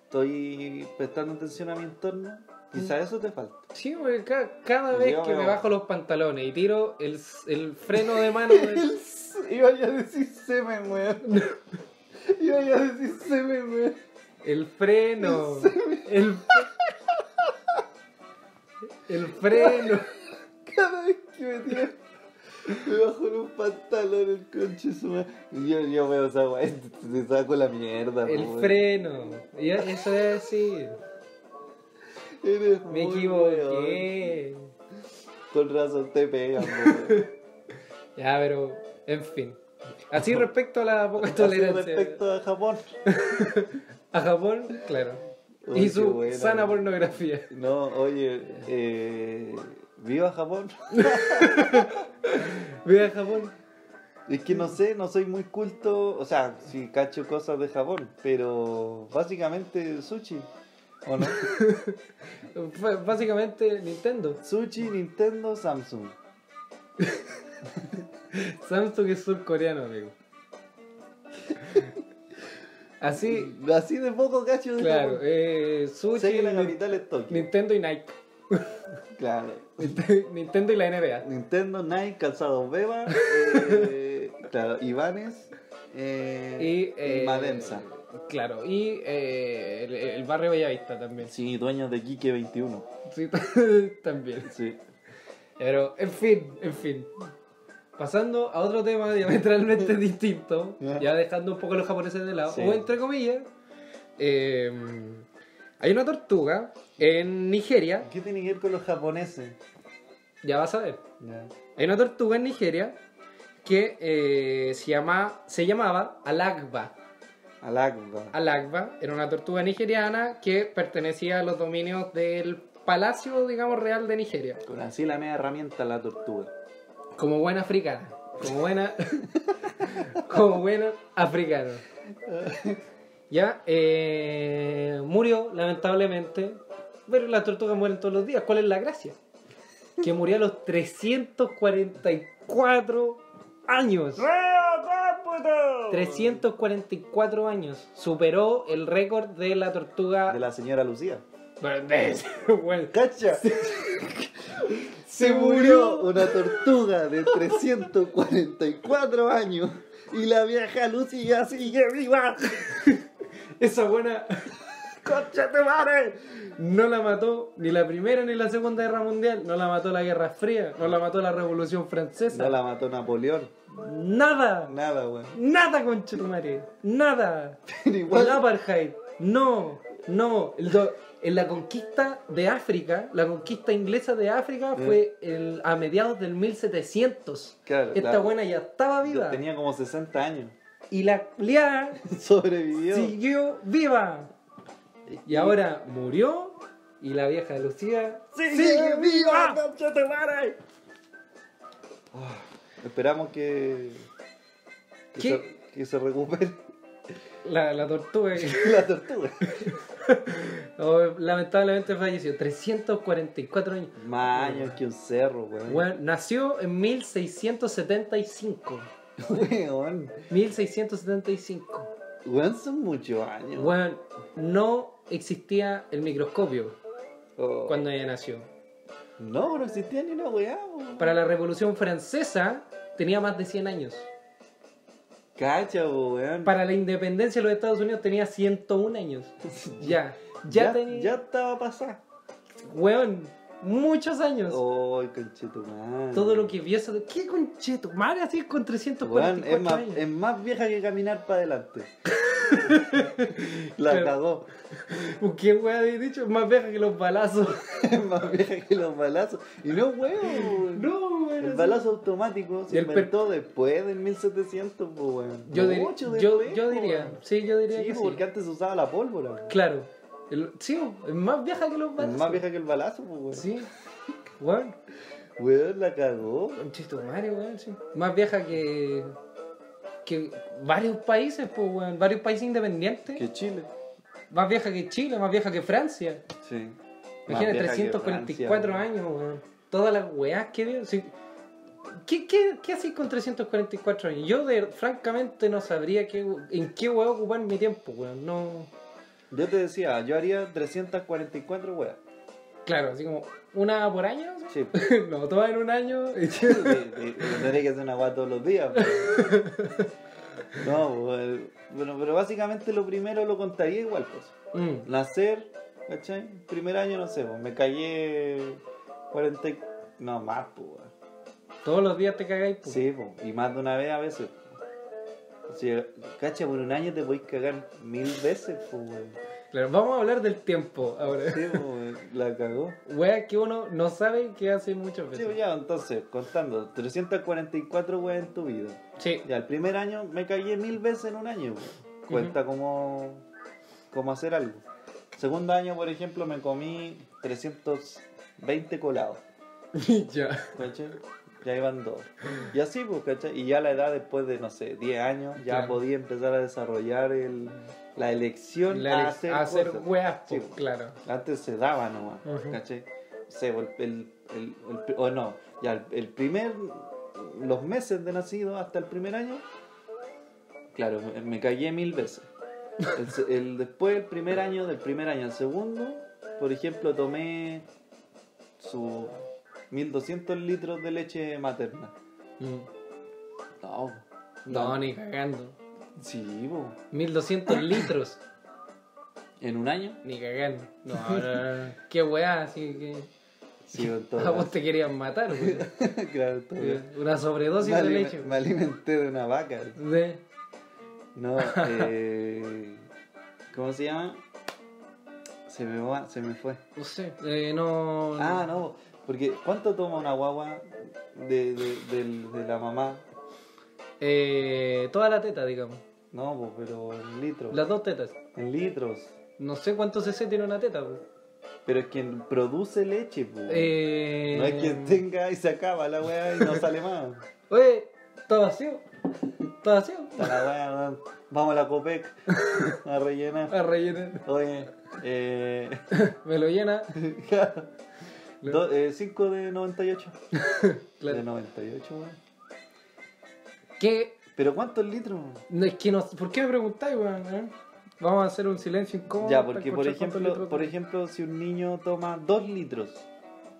Speaker 4: estoy prestando atención a mi entorno. Quizás eso te falta.
Speaker 2: Sí, porque ca- cada vez
Speaker 4: Yo
Speaker 2: que me
Speaker 4: veo-
Speaker 2: bajo los pantalones y tiro el, s- el freno de mano... del-
Speaker 4: Iba a decir semen, weón. Iba a decir semen, weón.
Speaker 2: el freno... El, el freno...
Speaker 4: Cada vez que me tiro, me bajo en un pantalón el conche su madre. Yo, yo veo esa weón, te saco la mierda,
Speaker 2: El
Speaker 4: weón.
Speaker 2: freno. Y eso es así.
Speaker 4: Eres
Speaker 2: Me
Speaker 4: muy weón.
Speaker 2: equivoqué.
Speaker 4: Con razón te pegan, weón.
Speaker 2: Ya, pero, en fin. Así respecto a la poca
Speaker 4: Así
Speaker 2: tolerancia
Speaker 4: respecto a Japón.
Speaker 2: a Japón, claro.
Speaker 4: Uy,
Speaker 2: y
Speaker 4: qué
Speaker 2: su
Speaker 4: buena,
Speaker 2: sana
Speaker 4: weón.
Speaker 2: pornografía.
Speaker 4: No, oye, eh, viva Japón.
Speaker 2: Ve a Japón.
Speaker 4: Es que no sé, no soy muy culto, o sea, sí cacho cosas de Japón, pero básicamente sushi, ¿o no?
Speaker 2: Fue Básicamente Nintendo.
Speaker 4: sushi, Nintendo, Samsung.
Speaker 2: Samsung es surcoreano, amigo. Así,
Speaker 4: Así de poco cacho de
Speaker 2: claro.
Speaker 4: Japón.
Speaker 2: Eh,
Speaker 4: sé
Speaker 2: sushi,
Speaker 4: que la capital es Tokio.
Speaker 2: Nintendo y Nike.
Speaker 4: claro.
Speaker 2: Nintendo y la NBA.
Speaker 4: Nintendo, Nike, Calzado Beba, eh, claro, Ivanes eh,
Speaker 2: Y, eh,
Speaker 4: Madensa.
Speaker 2: Claro, y eh, el, el barrio Bellavista también.
Speaker 4: Sí, dueños de Quique 21.
Speaker 2: Sí, también.
Speaker 4: Sí.
Speaker 2: Pero, en fin, en fin. Pasando a otro tema diametralmente distinto,
Speaker 4: Ya.
Speaker 2: ya dejando un poco a los japoneses de lado,
Speaker 4: Sí.
Speaker 2: o entre comillas, eh, hay una tortuga en Nigeria,
Speaker 4: ¿Qué tiene que ver con los japoneses?
Speaker 2: ya vas a ver,
Speaker 4: Ya.
Speaker 2: hay una tortuga en Nigeria que eh, se, llama, se llamaba Alagba.
Speaker 4: Alagba.
Speaker 2: Alagba era una tortuga nigeriana que pertenecía a los dominios del Palacio, digamos, Real de Nigeria.
Speaker 4: Con así la media herramienta la tortuga.
Speaker 2: Como buena africana. Como buena. como buena africana. Ya, eh, murió lamentablemente. Pero las tortugas mueren todos los días. ¿Cuál es la gracia? Que murió a los 344 años. 344 años. Superó el récord de la tortuga.
Speaker 4: De la señora Lucía.
Speaker 2: Bueno, de- bueno,
Speaker 4: ¡Cacha!
Speaker 2: ¡Se murió!
Speaker 4: Una tortuga de 344 años. Y la vieja Lucy ya sigue viva.
Speaker 2: Esa buena
Speaker 4: ¡Concha tu madre!
Speaker 2: no la mató ni la Primera ni la Segunda Guerra Mundial, no la mató la Guerra Fría, no la mató la Revolución Francesa.
Speaker 4: No la mató Napoleón.
Speaker 2: Nada,
Speaker 4: Nada, weón.
Speaker 2: nada con nada.
Speaker 4: Pero
Speaker 2: El
Speaker 4: igual.
Speaker 2: apartheid, no, no. El do- en la conquista de África, la conquista inglesa de África
Speaker 4: Mm.
Speaker 2: fue el- a mediados del 1700.
Speaker 4: Claro,
Speaker 2: Esta
Speaker 4: la-
Speaker 2: buena ya estaba
Speaker 4: yo
Speaker 2: viva.
Speaker 4: Tenía como 60 años.
Speaker 2: Y la culiada
Speaker 4: Sobrevivió.
Speaker 2: siguió viva. Y ahora murió y la vieja Lucía
Speaker 4: ¡Sigue
Speaker 2: sigue
Speaker 4: viva!
Speaker 2: viva.
Speaker 4: ¡Concha tu madre! Ah, esperamos que. Que,
Speaker 2: ¿Qué?
Speaker 4: Se, que se recupere
Speaker 2: La, la tortuga.
Speaker 4: la tortuga.
Speaker 2: oh, lamentablemente falleció. 344 años.
Speaker 4: Más años que un cerro, weón.
Speaker 2: Bueno, nació en 1675.
Speaker 4: Weón.
Speaker 2: 1675.
Speaker 4: Weón, son muchos años.
Speaker 2: Bueno, no existía el microscopio
Speaker 4: Oh.
Speaker 2: cuando ella nació.
Speaker 4: No, no existía ni una weá, weón.
Speaker 2: Para la Revolución Francesa tenía más de 100 años.
Speaker 4: Cacha, po, weón.
Speaker 2: Para la independencia de los Estados Unidos tenía 101 años. Ya, ya, tenía...
Speaker 4: ya estaba pasada.
Speaker 2: Weón, muchos años.
Speaker 4: Ay, conchetumare.
Speaker 2: Todo lo que vio eso de... ¿Qué concheto? Madre así con
Speaker 4: Weón,
Speaker 2: 344
Speaker 4: es más,
Speaker 2: años.
Speaker 4: es más vieja que caminar para adelante. La
Speaker 2: Claro.
Speaker 4: cagó.
Speaker 2: ¿Qué weón habéis dicho? Es más vieja que los balazos.
Speaker 4: Es más vieja que los balazos. Y no, weón.
Speaker 2: no, weón.
Speaker 4: El
Speaker 2: así.
Speaker 4: balazo automático
Speaker 2: Y
Speaker 4: se
Speaker 2: el per-
Speaker 4: inventó después del 1700, pues, weón.
Speaker 2: Yo, diri-
Speaker 4: Mucho
Speaker 2: yo,
Speaker 4: después,
Speaker 2: yo
Speaker 4: po,
Speaker 2: diría,
Speaker 4: weón.
Speaker 2: sí, yo diría
Speaker 4: Sí,
Speaker 2: que
Speaker 4: po, porque
Speaker 2: sí.
Speaker 4: antes se usaba la pólvora. weón.
Speaker 2: Claro. El- sí, es más vieja que los balazos.
Speaker 4: Es más vieja que el balazo, pues, weón.
Speaker 2: Sí. Weón,
Speaker 4: Weón, la cagó.
Speaker 2: conchito madre, weón, sí. Más vieja que. que varios países, pues, weón. Varios países independientes.
Speaker 4: Que Chile.
Speaker 2: Más vieja que Chile, más vieja que Francia.
Speaker 4: Sí.
Speaker 2: Imagínate, 344 años, weón. Todas las weás que veo. sí. ¿Qué, qué, qué hacéis con 344 años? Yo, de- francamente, no sabría qué, en qué weá ocupar mi tiempo, weón. No.
Speaker 4: Yo te decía, yo haría 344 weas.
Speaker 2: Claro, así como, ¿una por año? no sé.
Speaker 4: Sí.
Speaker 2: no, todas en un año.
Speaker 4: Tendría que hacer una wea todos los días. pues. No, pues, bueno, pero básicamente lo primero lo contaría igual, pues.
Speaker 2: Mm,
Speaker 4: Nacer, ¿cachai? Primer año, no sé, pues, me callé 40... y- No, más, pues. weón.
Speaker 2: todos los días te cagáis, pues.
Speaker 4: Sí, pues, y más de una vez a veces. O sea, cacha, por un año te podéis cagar mil veces, pues, weón.
Speaker 2: Claro, vamos a hablar del tiempo ahora.
Speaker 4: Sí, pues, weón, la cagó.
Speaker 2: Weas que uno no sabe que hace muchas
Speaker 4: Sí, pues,
Speaker 2: veces.
Speaker 4: ya, entonces, contando, 344 weas en tu vida.
Speaker 2: Sí,
Speaker 4: Ya, el primer año me cagué mil veces en un año. weón. Cuenta como, como hacer algo. Segundo año, por ejemplo, me comí 320 colados.
Speaker 2: ya.
Speaker 4: ¿Cachai? Ya iban dos. Y así, pues, ¿cachai? Y ya la edad después de, no sé, 10 años, ya
Speaker 2: Claro.
Speaker 4: podía empezar a desarrollar el, la elección
Speaker 2: La-
Speaker 4: a hacer, cosas.
Speaker 2: weas,
Speaker 4: Sí,
Speaker 2: pues, claro.
Speaker 4: Antes se daba nomás,
Speaker 2: Ujú.
Speaker 4: ¿cachai? O sea, el, el, el- el- o no, ya el, el primer, los meses de nacido hasta el primer año, claro, me, me callé mil veces. El se- el- después el primer año, del primer año al segundo, por ejemplo, tomé sus 1200 litros de leche materna.
Speaker 2: Mm.
Speaker 4: No,
Speaker 2: No, ni cagando.
Speaker 4: Sí, po.
Speaker 2: 1200 litros.
Speaker 4: ¿En un año?
Speaker 2: Ni cagando. No, no, no, no. Qué wea, así que.
Speaker 4: Sí, en todo
Speaker 2: A vos
Speaker 4: caso.
Speaker 2: te querían matar, weón.
Speaker 4: Claro, en todo caso.
Speaker 2: Una sobredosis
Speaker 4: me,
Speaker 2: de
Speaker 4: alime-
Speaker 2: leche.
Speaker 4: me alimenté de una vaca.
Speaker 2: De-
Speaker 4: No, eh, ¿cómo se llama? Se me, va- se me fue.
Speaker 2: No sé, eh, no.
Speaker 4: Ah, no, porque ¿cuánto toma una guagua de, de, del- de la mamá?
Speaker 2: Eh, toda la teta, digamos.
Speaker 4: No, po, pero en litros.
Speaker 2: Las dos tetas.
Speaker 4: En litros.
Speaker 2: No sé cuántos cc tiene una teta, pues.
Speaker 4: Pero es quien produce leche, po.
Speaker 2: Eh,
Speaker 4: No es quien tenga y se acaba la weá y no sale más.
Speaker 2: Oye, todo vacío. Todo vacío.
Speaker 4: Está la weá, no. Vamos a la Copec a rellenar.
Speaker 2: A rellenar.
Speaker 4: Oye, eh,
Speaker 2: Ah, Me lo llena.
Speaker 4: do- eh, 5 de 98.
Speaker 2: Claro.
Speaker 4: De 98, weón.
Speaker 2: ¿Qué?
Speaker 4: ¿Pero cuántos litros?
Speaker 2: No, es que no, ¿Por qué me preguntáis, weón? eh? Vamos a hacer un silencio incómodo.
Speaker 4: Ya,
Speaker 2: para
Speaker 4: porque por
Speaker 2: escuchar cuántos
Speaker 4: ejemplo,
Speaker 2: litros
Speaker 4: por
Speaker 2: toma.
Speaker 4: ejemplo, si un niño toma 2 litros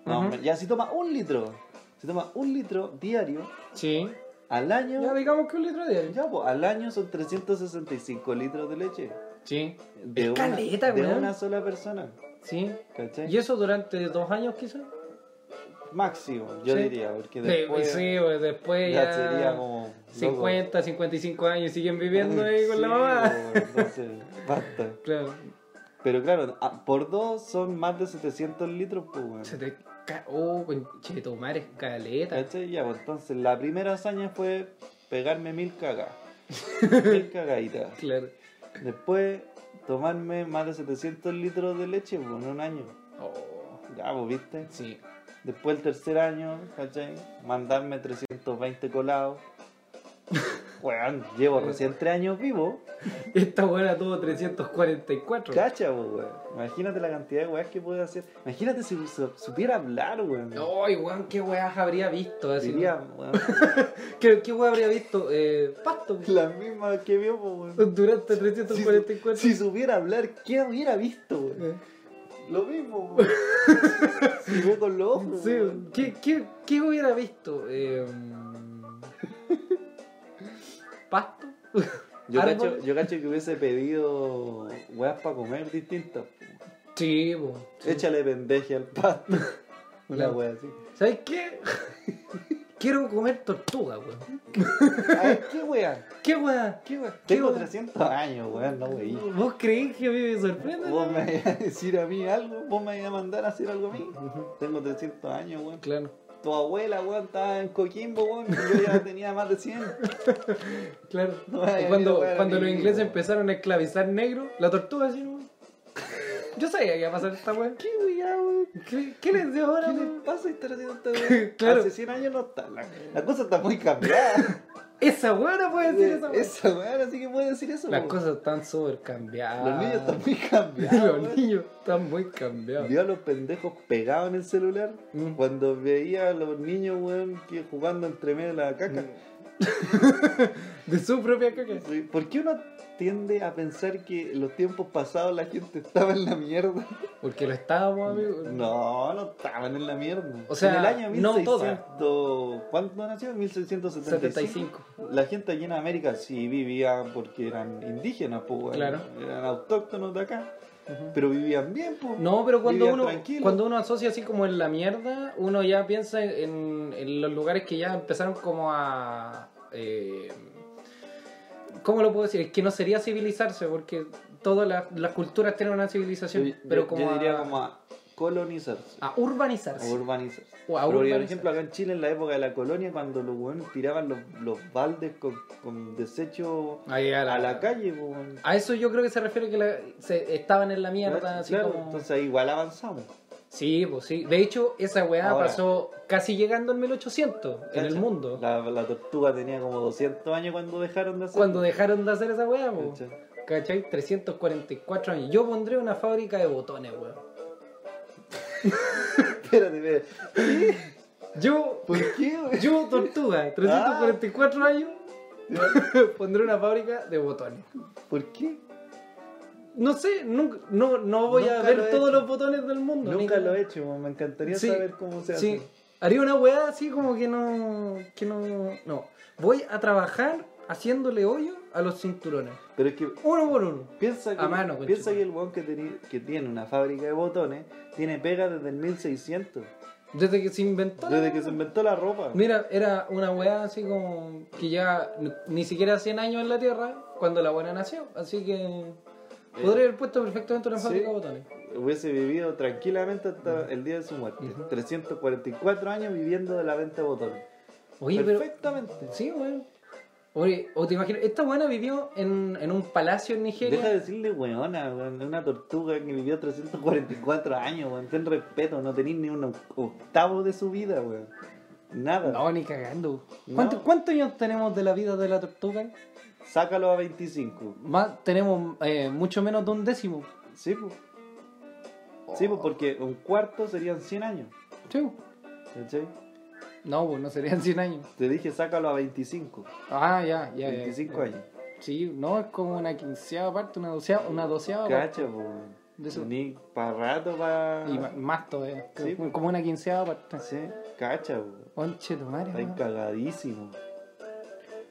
Speaker 4: más o
Speaker 2: Ujú.
Speaker 4: menos. Ya si toma un litro, si toma un litro diario
Speaker 2: Sí.
Speaker 4: al año,
Speaker 2: Ya digamos que un litro de él.
Speaker 4: ya, pues, al año son 365 litros de leche.
Speaker 2: Sí.
Speaker 4: De,
Speaker 2: Es
Speaker 4: una,
Speaker 2: caleta,
Speaker 4: de
Speaker 2: weón.
Speaker 4: una sola persona.
Speaker 2: Sí.
Speaker 4: ¿Cachai?
Speaker 2: ¿Y eso durante dos años quizás?
Speaker 4: Máximo, yo
Speaker 2: Sí.
Speaker 4: diría, porque
Speaker 2: Sí,
Speaker 4: después
Speaker 2: sí, pues, después ya,
Speaker 4: ya sería como...
Speaker 2: 50, 55 años siguen viviendo
Speaker 4: loco.
Speaker 2: ahí con la
Speaker 4: Sí,
Speaker 2: mamá.
Speaker 4: weón, entonces, basta.
Speaker 2: Claro,
Speaker 4: Pero claro, a- por dos son más de 700 litros, pues, weón.
Speaker 2: se te ca- Oh, conchetumar, es caleta.
Speaker 4: ¿Cachai? Ya, pues, entonces la primera hazaña fue pegarme mil cagas. mil cagaditas.
Speaker 2: Claro.
Speaker 4: Después, tomarme más de 700 litros de leche pues, en un año.
Speaker 2: Oh,
Speaker 4: Ya, pues, viste.
Speaker 2: sí.
Speaker 4: Después, el tercer año, ¿cachai? Mandarme 320 colados. Weón, llevo recién tres años vivo.
Speaker 2: Esta buena tuvo 344.
Speaker 4: Cacha, pues, weón. Imagínate la cantidad de weas que pude hacer. Imagínate si su- supiera hablar, weón.
Speaker 2: Ay, weón, qué weas habría visto. Así,
Speaker 4: Diría, weón,
Speaker 2: ¿Qué, qué weas habría visto? Eh, pasto.
Speaker 4: la misma que vio, pues, weón.
Speaker 2: Durante 344.
Speaker 4: Si supiera hablar, ¿qué hubiera visto? güey?
Speaker 2: Eh,
Speaker 4: Lo mismo, güey. Si ve con los ojos.
Speaker 2: Sí,
Speaker 4: güey.
Speaker 2: ¿qué, qué, qué hubiera visto? Eh, ¿Pasto?
Speaker 4: Yo, cacho,
Speaker 2: ¿Árboles?
Speaker 4: yo cacho que hubiese pedido weas para comer distintas. güey.
Speaker 2: Sí, po, sí.
Speaker 4: Échale pendeje al pasto. Una
Speaker 2: Claro.
Speaker 4: wea así.
Speaker 2: ¿Sabes qué? Quiero comer tortuga, weón.
Speaker 4: Ay, ¿Qué wea?
Speaker 2: ¿Qué weá?
Speaker 4: ¿Qué wea?
Speaker 2: ¿Qué
Speaker 4: Tengo
Speaker 2: wea?
Speaker 4: 300 años, weón, no wey.
Speaker 2: ¿Vos creéis que a mí me sorprende?
Speaker 4: Vos me vais a decir a mí algo, vos me vais a mandar a hacer algo a mí.
Speaker 2: Ujú.
Speaker 4: Tengo 300 años, weón.
Speaker 2: Claro,
Speaker 4: Tu abuela, weón, estaba en Coquimbo, weón, y yo ya tenía más de 100.
Speaker 2: claro.
Speaker 4: No, ay,
Speaker 2: Y cuando
Speaker 4: mira, weón,
Speaker 2: cuando los
Speaker 4: amigo.
Speaker 2: ingleses empezaron a esclavizar negros, la tortuga así, weón. Yo sabía que iba a pasar esta weá.
Speaker 4: ¿Qué wea, weón?
Speaker 2: ¿Qué, qué les dio ahora,
Speaker 4: ¿Qué les
Speaker 2: weón?
Speaker 4: pasa a esta haciendo esta weá?
Speaker 2: Claro.
Speaker 4: Hace 100 años no está. La, la cosa está muy cambiada.
Speaker 2: Esa weá no puede decir esa weá.
Speaker 4: esa weá, así que puede decir eso.
Speaker 2: Las
Speaker 4: po.
Speaker 2: cosas están súper cambiadas.
Speaker 4: Los niños están muy cambiados.
Speaker 2: Ah. Los
Speaker 4: weón.
Speaker 2: niños están muy cambiados.
Speaker 4: Vio a los pendejos pegados en el celular.
Speaker 2: Mm.
Speaker 4: Cuando veía a los niños, weón, que jugando entre medio de la
Speaker 2: Mm.
Speaker 4: caca.
Speaker 2: De su propia caca.
Speaker 4: Sí, ¿Por qué uno tiende a pensar que en los tiempos pasados la gente estaba en la mierda?
Speaker 2: Porque lo estábamos, amigo.
Speaker 4: No, no estaban en la mierda.
Speaker 2: O sea,
Speaker 4: en el año
Speaker 2: no
Speaker 4: 1600,
Speaker 2: toda.
Speaker 4: ¿Cuándo nació? 1675.
Speaker 2: 75.
Speaker 4: La gente aquí en América sí vivía porque eran indígenas, pues, weón.
Speaker 2: Claro.
Speaker 4: eran autóctonos de acá,
Speaker 2: Ujú.
Speaker 4: pero vivían bien, pues.
Speaker 2: No, pero cuando
Speaker 4: Vivían
Speaker 2: uno,
Speaker 4: tranquilos.
Speaker 2: cuando uno asocia así como en la mierda, uno ya piensa en, en los lugares que ya empezaron como a... eh, ¿Cómo lo puedo decir? Es que no sería civilizarse, porque todas las, las culturas tienen una civilización,
Speaker 4: Yo-
Speaker 2: pero
Speaker 4: yo-
Speaker 2: como,
Speaker 4: yo diría
Speaker 2: a,
Speaker 4: como a colonizarse.
Speaker 2: a urbanizarse.
Speaker 4: A urbanizarse.
Speaker 2: O a
Speaker 4: Pero,
Speaker 2: urbanizarse.
Speaker 4: Por ejemplo, acá en Chile, en la época de la colonia, cuando los hueones tiraban los, los baldes con, con desechos
Speaker 2: Ahí a, la,
Speaker 4: a la calle, pues, weón.
Speaker 2: A eso yo creo que se refiere que la- se, estaban en la Ah, mierda, así
Speaker 4: Claro,
Speaker 2: como...
Speaker 4: entonces ahí igual avanzamos.
Speaker 2: Sí, pues sí. De hecho, esa weá
Speaker 4: Ahora.
Speaker 2: pasó casi llegando al 1800 en el
Speaker 4: ¿Cachai?
Speaker 2: mundo.
Speaker 4: La, la tortuga tenía como 200 años cuando dejaron de hacer.
Speaker 2: Cuando dejaron de hacer esa weá, po.
Speaker 4: ¿Cachai?
Speaker 2: ¿Cachai? 344 años. Yo pondré una fábrica de botones, weón.
Speaker 4: Espérate, espérate.
Speaker 2: Yo,
Speaker 4: ¿Por qué, weón?
Speaker 2: yo
Speaker 4: Ah.
Speaker 2: tortuga, 344 años, pondré una fábrica de botones.
Speaker 4: ¿Por qué?
Speaker 2: No sé, nunca, no, no voy a
Speaker 4: Nunca
Speaker 2: ver
Speaker 4: lo he
Speaker 2: todos
Speaker 4: hecho.
Speaker 2: los botones del mundo.
Speaker 4: Nunca
Speaker 2: ni-
Speaker 4: lo he hecho, me encantaría
Speaker 2: Sí,
Speaker 4: saber cómo se hace.
Speaker 2: Sí. Haría una weá así como que no. que no. No. Voy a trabajar haciéndole hoyo a los cinturones.
Speaker 4: Pero es que
Speaker 2: Uno por uno.
Speaker 4: piensa que,
Speaker 2: A mano, conchetumare.
Speaker 4: piensa que el weón que, teni- que tiene una fábrica de botones tiene pega desde el 1600,
Speaker 2: Desde que se inventó la
Speaker 4: desde que
Speaker 2: weá.
Speaker 4: se inventó la ropa.
Speaker 2: Mira, era una weá así como que ya ni- ni siquiera 100 años en la Tierra cuando la buena nació. Así que podría haber puesto perfectamente una
Speaker 4: Eh, sí.
Speaker 2: fábrica de botones.
Speaker 4: Hubiese vivido tranquilamente hasta el día de su muerte.
Speaker 2: Ujú.
Speaker 4: 344 años viviendo de la venta de botones.
Speaker 2: Oye,
Speaker 4: Perfectamente.
Speaker 2: pero. Sí, weón. Oye, o te imaginas, esta buena vivió en, en un palacio en Nigeria.
Speaker 4: Deja de decirle weona, weón. Una tortuga que vivió 344 años, weón. Ten respeto, no tenés ni un octavo de su vida, weón. Nada.
Speaker 2: No, ni cagando.
Speaker 4: No.
Speaker 2: ¿Cuánto- ¿Cuántos años tenemos de la vida de la tortuga?
Speaker 4: Sácalo a 25.
Speaker 2: Más, tenemos eh, mucho menos de un décimo.
Speaker 4: Sí, pues. Sí,
Speaker 2: Oh.
Speaker 4: pues, porque un cuarto serían 100 años.
Speaker 2: Sí.
Speaker 4: ¿Cachai?
Speaker 2: No, pues no serían 100 años.
Speaker 4: Te dije, sácalo a 25.
Speaker 2: Ah, ya, ya. ya.
Speaker 4: 25 años.
Speaker 2: Sí, no, es como una quinceava parte, una doceava, una doceava parte.
Speaker 4: Cacha, po, weón.
Speaker 2: de eso.
Speaker 4: Ni para rato para.
Speaker 2: Y ma- más todavía.
Speaker 4: Sí. pues.
Speaker 2: Como una quinceava parte.
Speaker 4: Sí, cacha, weón.
Speaker 2: Conche tu madre,
Speaker 4: Está
Speaker 2: weón.
Speaker 4: cagadísimo.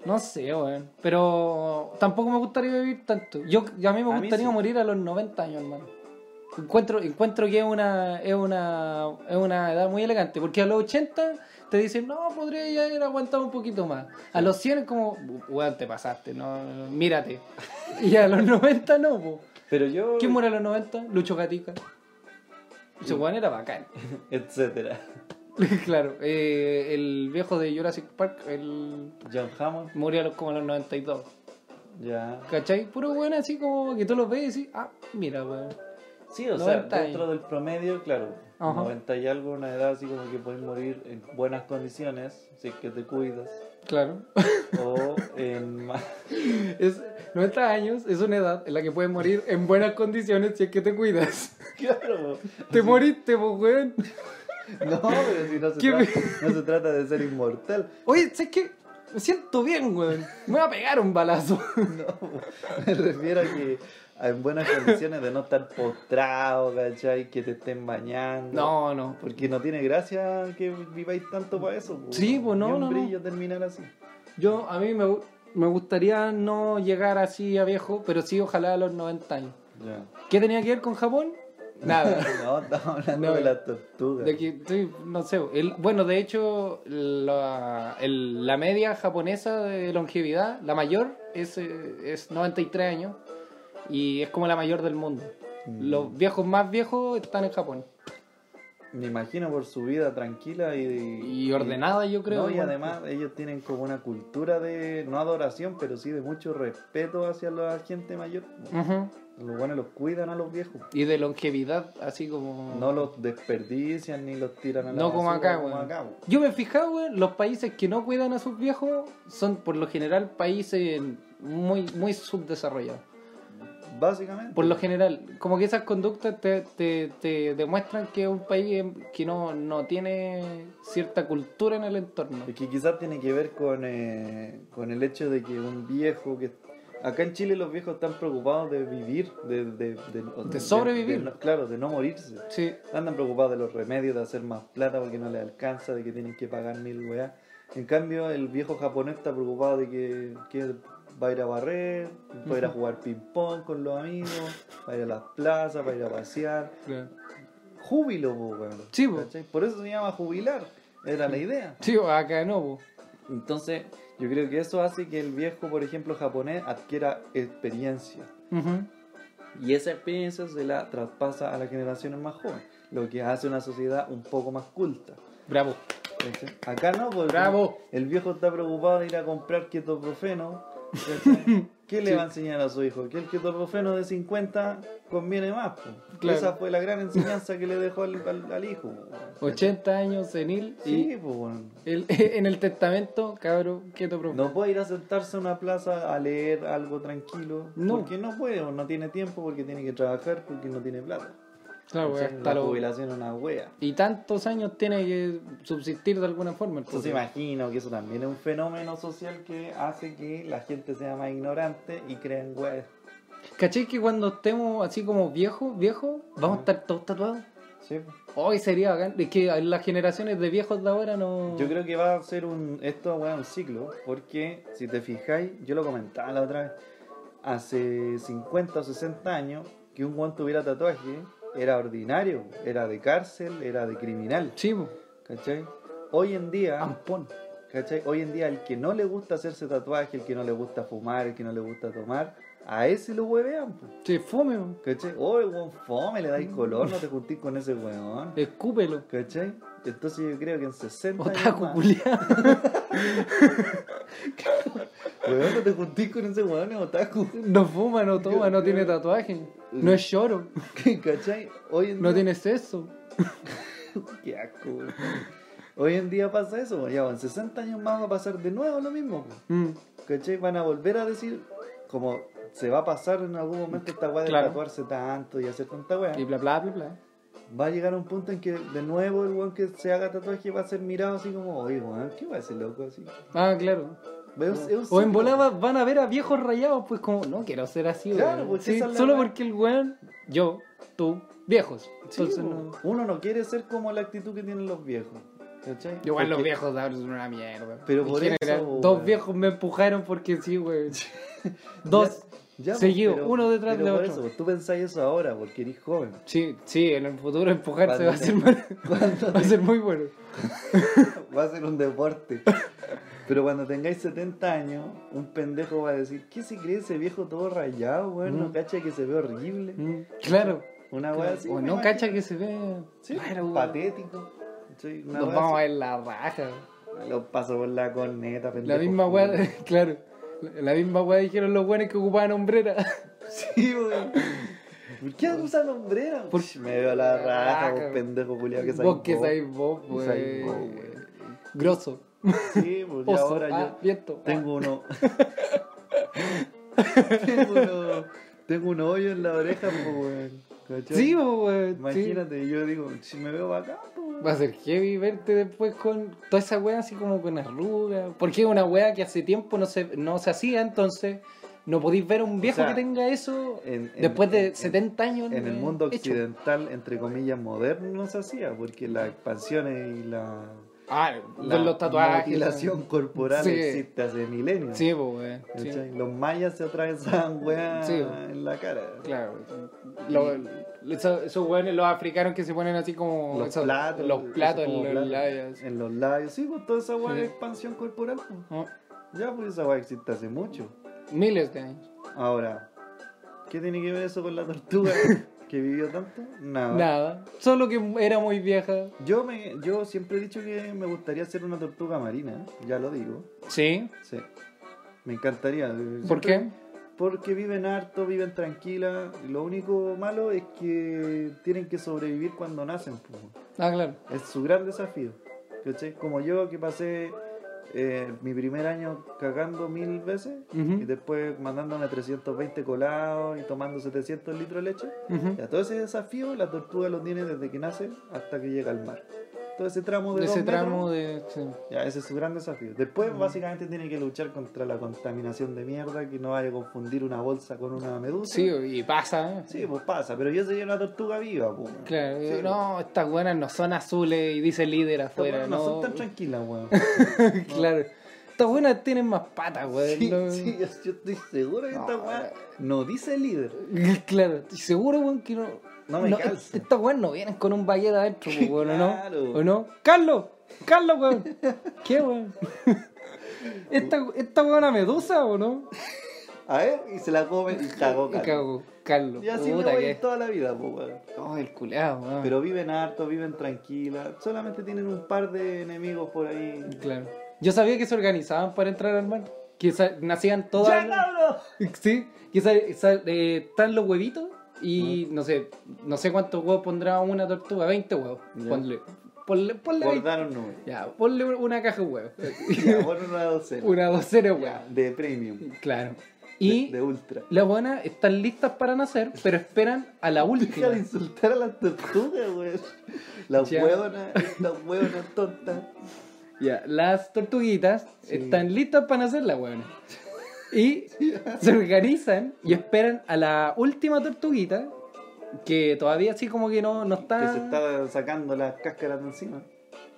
Speaker 2: No sé, weón. Pero tampoco me gustaría vivir tanto. Yo, yo a mí me
Speaker 4: A mí
Speaker 2: gustaría
Speaker 4: sí.
Speaker 2: morir a los 90 años, hermano. Encuentro, encuentro que es una, es una es una edad muy elegante, porque a los 80 te dicen, no, podría ya haber aguantado un poquito más. A los 100 es como, weón, te pasaste, no, mírate. Y a los 90 no, po.
Speaker 4: Pero yo.
Speaker 2: ¿Quién muere a los 90? Lucho Gatica. Ese weón era bacán.
Speaker 4: Etcétera.
Speaker 2: claro, eh, el viejo de Jurassic Park, él
Speaker 4: John Hammond.
Speaker 2: murió a los- como a los 92.
Speaker 4: Ya.
Speaker 2: ¿Cachai? Puro weón así como que tú los ves y decís, ah, mira, weón.
Speaker 4: Sí, o
Speaker 2: 90
Speaker 4: sea,
Speaker 2: y-
Speaker 4: dentro del promedio, claro,
Speaker 2: Ajá.
Speaker 4: 90 y algo, una edad así como que puedes morir en buenas condiciones, si es que te cuidas,
Speaker 2: Claro.
Speaker 4: o en ma-
Speaker 2: Es, 90 años es una edad en la que puedes morir en buenas condiciones si es que te cuidas.
Speaker 4: Claro,
Speaker 2: Te moriste, pues, weón.
Speaker 4: no, pero si no se,
Speaker 2: ¿Qué me-
Speaker 4: trata, no se trata de ser inmortal,
Speaker 2: Oye, ¿sabes qué? Me siento bien, weón. Me voy a pegar un balazo.
Speaker 4: me refiero a que en buenas condiciones de no estar postrado, ¿cachai? Que te estén bañando.
Speaker 2: No, no.
Speaker 4: Porque no tiene gracia que viváis tanto para eso. po.
Speaker 2: Sí, po, no,
Speaker 4: Ni un
Speaker 2: no, no.
Speaker 4: brillo terminar así.
Speaker 2: Yo, a mí me, gu- me gustaría no llegar así a viejo, pero sí, ojalá a los 90 años.
Speaker 4: Ya.
Speaker 2: ¿Qué tenía que ver con Japón? Nada.
Speaker 4: No, estamos hablando
Speaker 2: No,
Speaker 4: de las tortugas.
Speaker 2: De que, sí, no sé. el- bueno, de hecho, la, el- la media japonesa de longevidad, la mayor, es, eh, es 93 años y es como la mayor del mundo.
Speaker 4: Mm.
Speaker 2: Los viejos más viejos están en Japón.
Speaker 4: Me imagino por su vida tranquila y,
Speaker 2: Y ordenada, yo creo.
Speaker 4: No, y
Speaker 2: igual.
Speaker 4: además ellos tienen como una cultura de, no adoración, pero sí de mucho respeto hacia la gente mayor.
Speaker 2: Ujú.
Speaker 4: Los buenos los cuidan a los viejos.
Speaker 2: Y de longevidad, así como...
Speaker 4: No los desperdician ni los tiran a la
Speaker 2: No como
Speaker 4: basura,
Speaker 2: acá, weón.
Speaker 4: acá, weón.
Speaker 2: Yo me he fijado, weón, los países que no cuidan a sus viejos son por lo general países muy, muy subdesarrollados.
Speaker 4: Básicamente.
Speaker 2: Por lo general, como que esas conductas te, te- te demuestran que es un país en- que no, no tiene cierta cultura en el entorno.
Speaker 4: Es que quizás tiene que ver con, eh, con el hecho de que un viejo que... Acá en Chile los viejos están preocupados de vivir, de, de, de- de-
Speaker 2: sobrevivir.
Speaker 4: de no- claro, de no morirse.
Speaker 2: Sí,
Speaker 4: Andan preocupados de los remedios, de hacer más plata porque no les alcanza, de que tienen que pagar mil weá. En cambio, el viejo japonés está preocupado de que, que va a ir a barrer, va a ir a jugar ping-pong con los amigos, va a ir a las plazas, va a ir a pasear. Júbilo, po, weón.
Speaker 2: Sí, po.
Speaker 4: ¿Cachai? Por eso se llama jubilar, era la idea.
Speaker 2: sí, acá no, po.
Speaker 4: Entonces, yo creo que eso hace que el viejo, por ejemplo, japonés adquiera experiencia.
Speaker 2: Ujú.
Speaker 4: Y esa experiencia se la traspasa a las generaciones más jóvenes, lo que hace una sociedad un poco más culta.
Speaker 2: Bravo.
Speaker 4: ¿cachai? Acá no, porque
Speaker 2: Bravo.
Speaker 4: el viejo está preocupado de ir a comprar ketoprofeno. ¿cachai? ¿Qué le va a enseñar a su hijo? Que el ketoprofeno de 50 conviene más. po.
Speaker 2: Claro.
Speaker 4: Esa fue la gran enseñanza que le dejó al, al- al hijo. po.
Speaker 2: 80 años senil
Speaker 4: Sí, pues bueno.
Speaker 2: y el- en el testamento, cabrón, quieto, bro.
Speaker 4: No puede ir a sentarse a una plaza a leer algo tranquilo.
Speaker 2: No.
Speaker 4: Porque no puede, o no tiene tiempo, porque tiene que trabajar, porque no tiene plata.
Speaker 2: Claro, Ah, weón,
Speaker 4: Entonces,
Speaker 2: hasta
Speaker 4: la
Speaker 2: los-
Speaker 4: jubilación es una wea.
Speaker 2: Y tantos años tiene que subsistir de alguna forma. el
Speaker 4: Entonces
Speaker 2: pobre.
Speaker 4: imagino que eso también es un fenómeno social que hace que la gente sea más ignorante y crean weas.
Speaker 2: ¿Cachai que cuando estemos así como viejos, viejos, vamos a estar todos tatuados?
Speaker 4: Sí.
Speaker 2: Hoy sería bacán. Es que las generaciones de viejos de ahora no.
Speaker 4: Yo creo que va a ser un esto weá, un ciclo, porque si te fijáis, yo lo comentaba la otra vez, hace 50 o 60 años que un guante tuviera tatuaje era ordinario, era de cárcel, era de criminal.
Speaker 2: Sí, po.
Speaker 4: ¿Cachai? Hoy en día,
Speaker 2: Ampón.
Speaker 4: ¿cachai? Hoy en día el que no le gusta hacerse tatuaje, el que no le gusta fumar, el que no le gusta tomar, a ese lo huevean, po,
Speaker 2: Se fome, po.
Speaker 4: ¿cachai? Oh, el weón fome, le dais color, no te juntís con ese weón.
Speaker 2: escúpelo.
Speaker 4: ¿Cachai? Entonces yo creo que en 60 años
Speaker 2: Otaku,
Speaker 4: más,
Speaker 2: culiao.
Speaker 4: weón, no te juntís con ese weón, es otaku.
Speaker 2: No fuma, no toma, no tiene tatuaje. No es lloro.
Speaker 4: ¿Cachai? Hoy en
Speaker 2: No
Speaker 4: día...
Speaker 2: tiene sexo.
Speaker 4: Qué asco, weón. Hoy en día pasa eso, weón. ya en 60 años más va a pasar de nuevo lo mismo, weón.
Speaker 2: Mm.
Speaker 4: ¿Cachai? Van a volver a decir como se va a pasar en algún momento esta weá de
Speaker 2: Claro.
Speaker 4: tatuarse tanto y hacer tanta weá.
Speaker 2: Y bla, bla, bla, bla.
Speaker 4: Va a llegar un punto en que de nuevo el weón que se haga tatuaje va a ser mirado así como, oye weón, ¿qué va a ser loco así?
Speaker 2: Ah, claro.
Speaker 4: Es un- es un
Speaker 2: O en
Speaker 4: ciclo.
Speaker 2: volada van a ver a viejos rayados, pues como, no quiero ser así,
Speaker 4: Claro,
Speaker 2: weón.
Speaker 4: pues
Speaker 2: Sí,
Speaker 4: esa es la
Speaker 2: Solo
Speaker 4: weá.
Speaker 2: porque el weón, yo, tú, viejos.
Speaker 4: Sí,
Speaker 2: Entonces
Speaker 4: po.
Speaker 2: no.
Speaker 4: Uno no quiere ser como la actitud que tienen los viejos. ¿Cachai?
Speaker 2: Igual los
Speaker 4: Porque-
Speaker 2: viejos ahora son una mierda.
Speaker 4: Pero
Speaker 2: En
Speaker 4: por eso, weón.
Speaker 2: Dos viejos me empujaron porque sí, weón. Dos.
Speaker 4: Ya, pues,
Speaker 2: seguido, uno detrás
Speaker 4: pero
Speaker 2: de
Speaker 4: por
Speaker 2: otro.
Speaker 4: Eso, pues, tú pensáis eso ahora porque eres joven.
Speaker 2: Sí, sí, en el futuro empujarse va a ser,
Speaker 4: Cuando-
Speaker 2: bueno. va a ser muy bueno.
Speaker 4: Va a ser un deporte. Pero cuando tengáis 70 años, un pendejo va a decir, ¿qué se cree ese viejo todo rayado, weón? No
Speaker 2: Mm.
Speaker 4: cacha que se ve horrible.
Speaker 2: Mm, Claro.
Speaker 4: Una weá así.
Speaker 2: o
Speaker 4: Ah, me
Speaker 2: no
Speaker 4: imagino.
Speaker 2: cacha que se ve.
Speaker 4: Sí,
Speaker 2: raro, weón.
Speaker 4: patético. Sí, una
Speaker 2: Nos
Speaker 4: weá
Speaker 2: vamos a
Speaker 4: así.
Speaker 2: ver la raja.
Speaker 4: Lo paso por la corneta, pendejo.
Speaker 2: La misma weá, claro. La misma weá dijeron los weones que ocupaban hombrera.
Speaker 4: Sí, weón. ¿Por qué usan hombrera?
Speaker 2: Por-
Speaker 4: Ush, Me veo la raja,
Speaker 2: Raja.
Speaker 4: vos pendejo culiao que
Speaker 2: Ah, Vos que
Speaker 4: vos.
Speaker 2: sabés vos,
Speaker 4: Que sabéis vos,
Speaker 2: weón. Grosso.
Speaker 4: Sí, pues ya
Speaker 2: Oso.
Speaker 4: ahora yo...
Speaker 2: ah, viento.
Speaker 4: Tengo uno. tengo uno. Tengo un hoyo en la oreja, po, weón.
Speaker 2: Ah.
Speaker 4: ¿Cachai?
Speaker 2: Sí, po, weón. sí.
Speaker 4: Imagínate, yo digo, si me veo bacán, po, weón.
Speaker 2: Va a ser heavy verte después con toda esa wea así como con arrugas. Porque es una wea que hace tiempo no se, no se hacía, entonces no podéis ver a un viejo
Speaker 4: sea,
Speaker 2: que tenga eso
Speaker 4: en- en-
Speaker 2: después de
Speaker 4: en-
Speaker 2: 70 años.
Speaker 4: En el
Speaker 2: eh,
Speaker 4: mundo
Speaker 2: hecho.
Speaker 4: occidental, entre comillas, moderno no se hacía, porque las expansiones y la,
Speaker 2: Ah,
Speaker 4: la
Speaker 2: con los tatuajes.
Speaker 4: mutilación corporal
Speaker 2: Sí.
Speaker 4: existe hace milenios.
Speaker 2: Sí, po, weón. sí.
Speaker 4: ¿Cachai? Los mayas se atravesaban weá
Speaker 2: Sí.
Speaker 4: en la cara.
Speaker 2: Claro. Lo- lo- esos, esos weones, los africanos que se ponen así como.
Speaker 4: Los
Speaker 2: esos-
Speaker 4: platos,
Speaker 2: Los platos
Speaker 4: eso
Speaker 2: en
Speaker 4: como
Speaker 2: los
Speaker 4: platos.
Speaker 2: labios.
Speaker 4: En los labios, sí, pues toda esa weá
Speaker 2: Sí.
Speaker 4: de expansión corporal. pues.
Speaker 2: ¿no?
Speaker 4: Ya, pues esa weá existe hace mucho.
Speaker 2: Miles de años.
Speaker 4: Ahora, ¿qué tiene que ver eso con la tortuga que vivió tanto? Nada.
Speaker 2: Nada. Solo que era muy vieja.
Speaker 4: Yo, me, yo siempre he dicho que me gustaría ser una tortuga marina, ya lo digo.
Speaker 2: Sí.
Speaker 4: Sí. Me encantaría. eh, Siempre-
Speaker 2: ¿Por qué?
Speaker 4: Porque viven harto, viven tranquilas. Lo único malo es que tienen que sobrevivir cuando nacen. pues.
Speaker 2: Ah, claro.
Speaker 4: Es su gran desafío. ¿Cachai? Como yo que pasé eh, mi primer año cagando mil veces
Speaker 2: Ujú.
Speaker 4: y después mandándome 320 colados y tomando 700 litros de leche.
Speaker 2: Ujú.
Speaker 4: Ya, todo ese desafío la tortuga lo tiene desde que nace hasta que llega al mar. Todo ese tramo de
Speaker 2: De
Speaker 4: dos
Speaker 2: ese
Speaker 4: metros,
Speaker 2: tramo de. sí.
Speaker 4: ya, ese es su gran desafío. Después básicamente tiene que luchar contra la contaminación de mierda, que no vaya a confundir una bolsa con una medusa.
Speaker 2: Sí, y pasa. ¿eh?
Speaker 4: Sí, pues pasa, pero yo sería una tortuga viva, pues.
Speaker 2: Claro,
Speaker 4: Sí,
Speaker 2: yo,
Speaker 4: pues.
Speaker 2: no, estas buenas no son azules y dice líder
Speaker 4: Estas
Speaker 2: afuera.
Speaker 4: weas no,
Speaker 2: no,
Speaker 4: son tan tranquilas, weón.
Speaker 2: Claro. Estas buenas tienen más patas, weón.
Speaker 4: Sí,
Speaker 2: Pues, no-
Speaker 4: sí, yo, yo estoy seguro que esta
Speaker 2: No,
Speaker 4: weá no dice líder.
Speaker 2: Claro, estoy seguro, weón, que no.
Speaker 4: No me calza.
Speaker 2: Estas weas no vienen con un baguette adentro, pues, weón,
Speaker 4: Claro.
Speaker 2: ¿o no? ¿O no? ¡Carlos! ¡Carlos, weón! ¿Qué, weón? Esta, esta weón es una medusa, ¿o no?
Speaker 4: A ver, y se la come y cagó,
Speaker 2: Me
Speaker 4: cagó.
Speaker 2: cago, Carlos.
Speaker 4: Y así Oh, me
Speaker 2: Puta
Speaker 4: voy
Speaker 2: que-
Speaker 4: toda la vida, pues, weón.
Speaker 2: Oh, el culeado, weón.
Speaker 4: Pero viven harto, viven tranquilas. Solamente tienen un par de enemigos por ahí.
Speaker 2: Claro. Yo sabía que se organizaban para entrar al mar. Que sa- nacían todas. Sí, que sa- sa- eh, están los huevitos y no sé, no sé cuántos huevos pondrá una tortuga, 20 huevos.
Speaker 4: Ya.
Speaker 2: Ponle, ponle, ponle 20.
Speaker 4: Por dar un número.
Speaker 2: Ya, ponle un- una caja de huevos.
Speaker 4: Ya, por una docena.
Speaker 2: una docena de
Speaker 4: Ya,
Speaker 2: huevos.
Speaker 4: De premium.
Speaker 2: Claro.
Speaker 4: Y
Speaker 2: Y
Speaker 4: de, de ultra.
Speaker 2: las buenas están listas para nacer, pero esperan a la
Speaker 4: Deja de
Speaker 2: última.
Speaker 4: insultar a las tortugas, weón. Las
Speaker 2: Ya.
Speaker 4: hueonas, estas hueonas tontas.
Speaker 2: Ya, las tortuguitas están listas para nacer las hueonas. Y se organizan y esperan a la última tortuguita que todavía así como que no, no está...
Speaker 4: Que se está sacando las cáscaras de encima.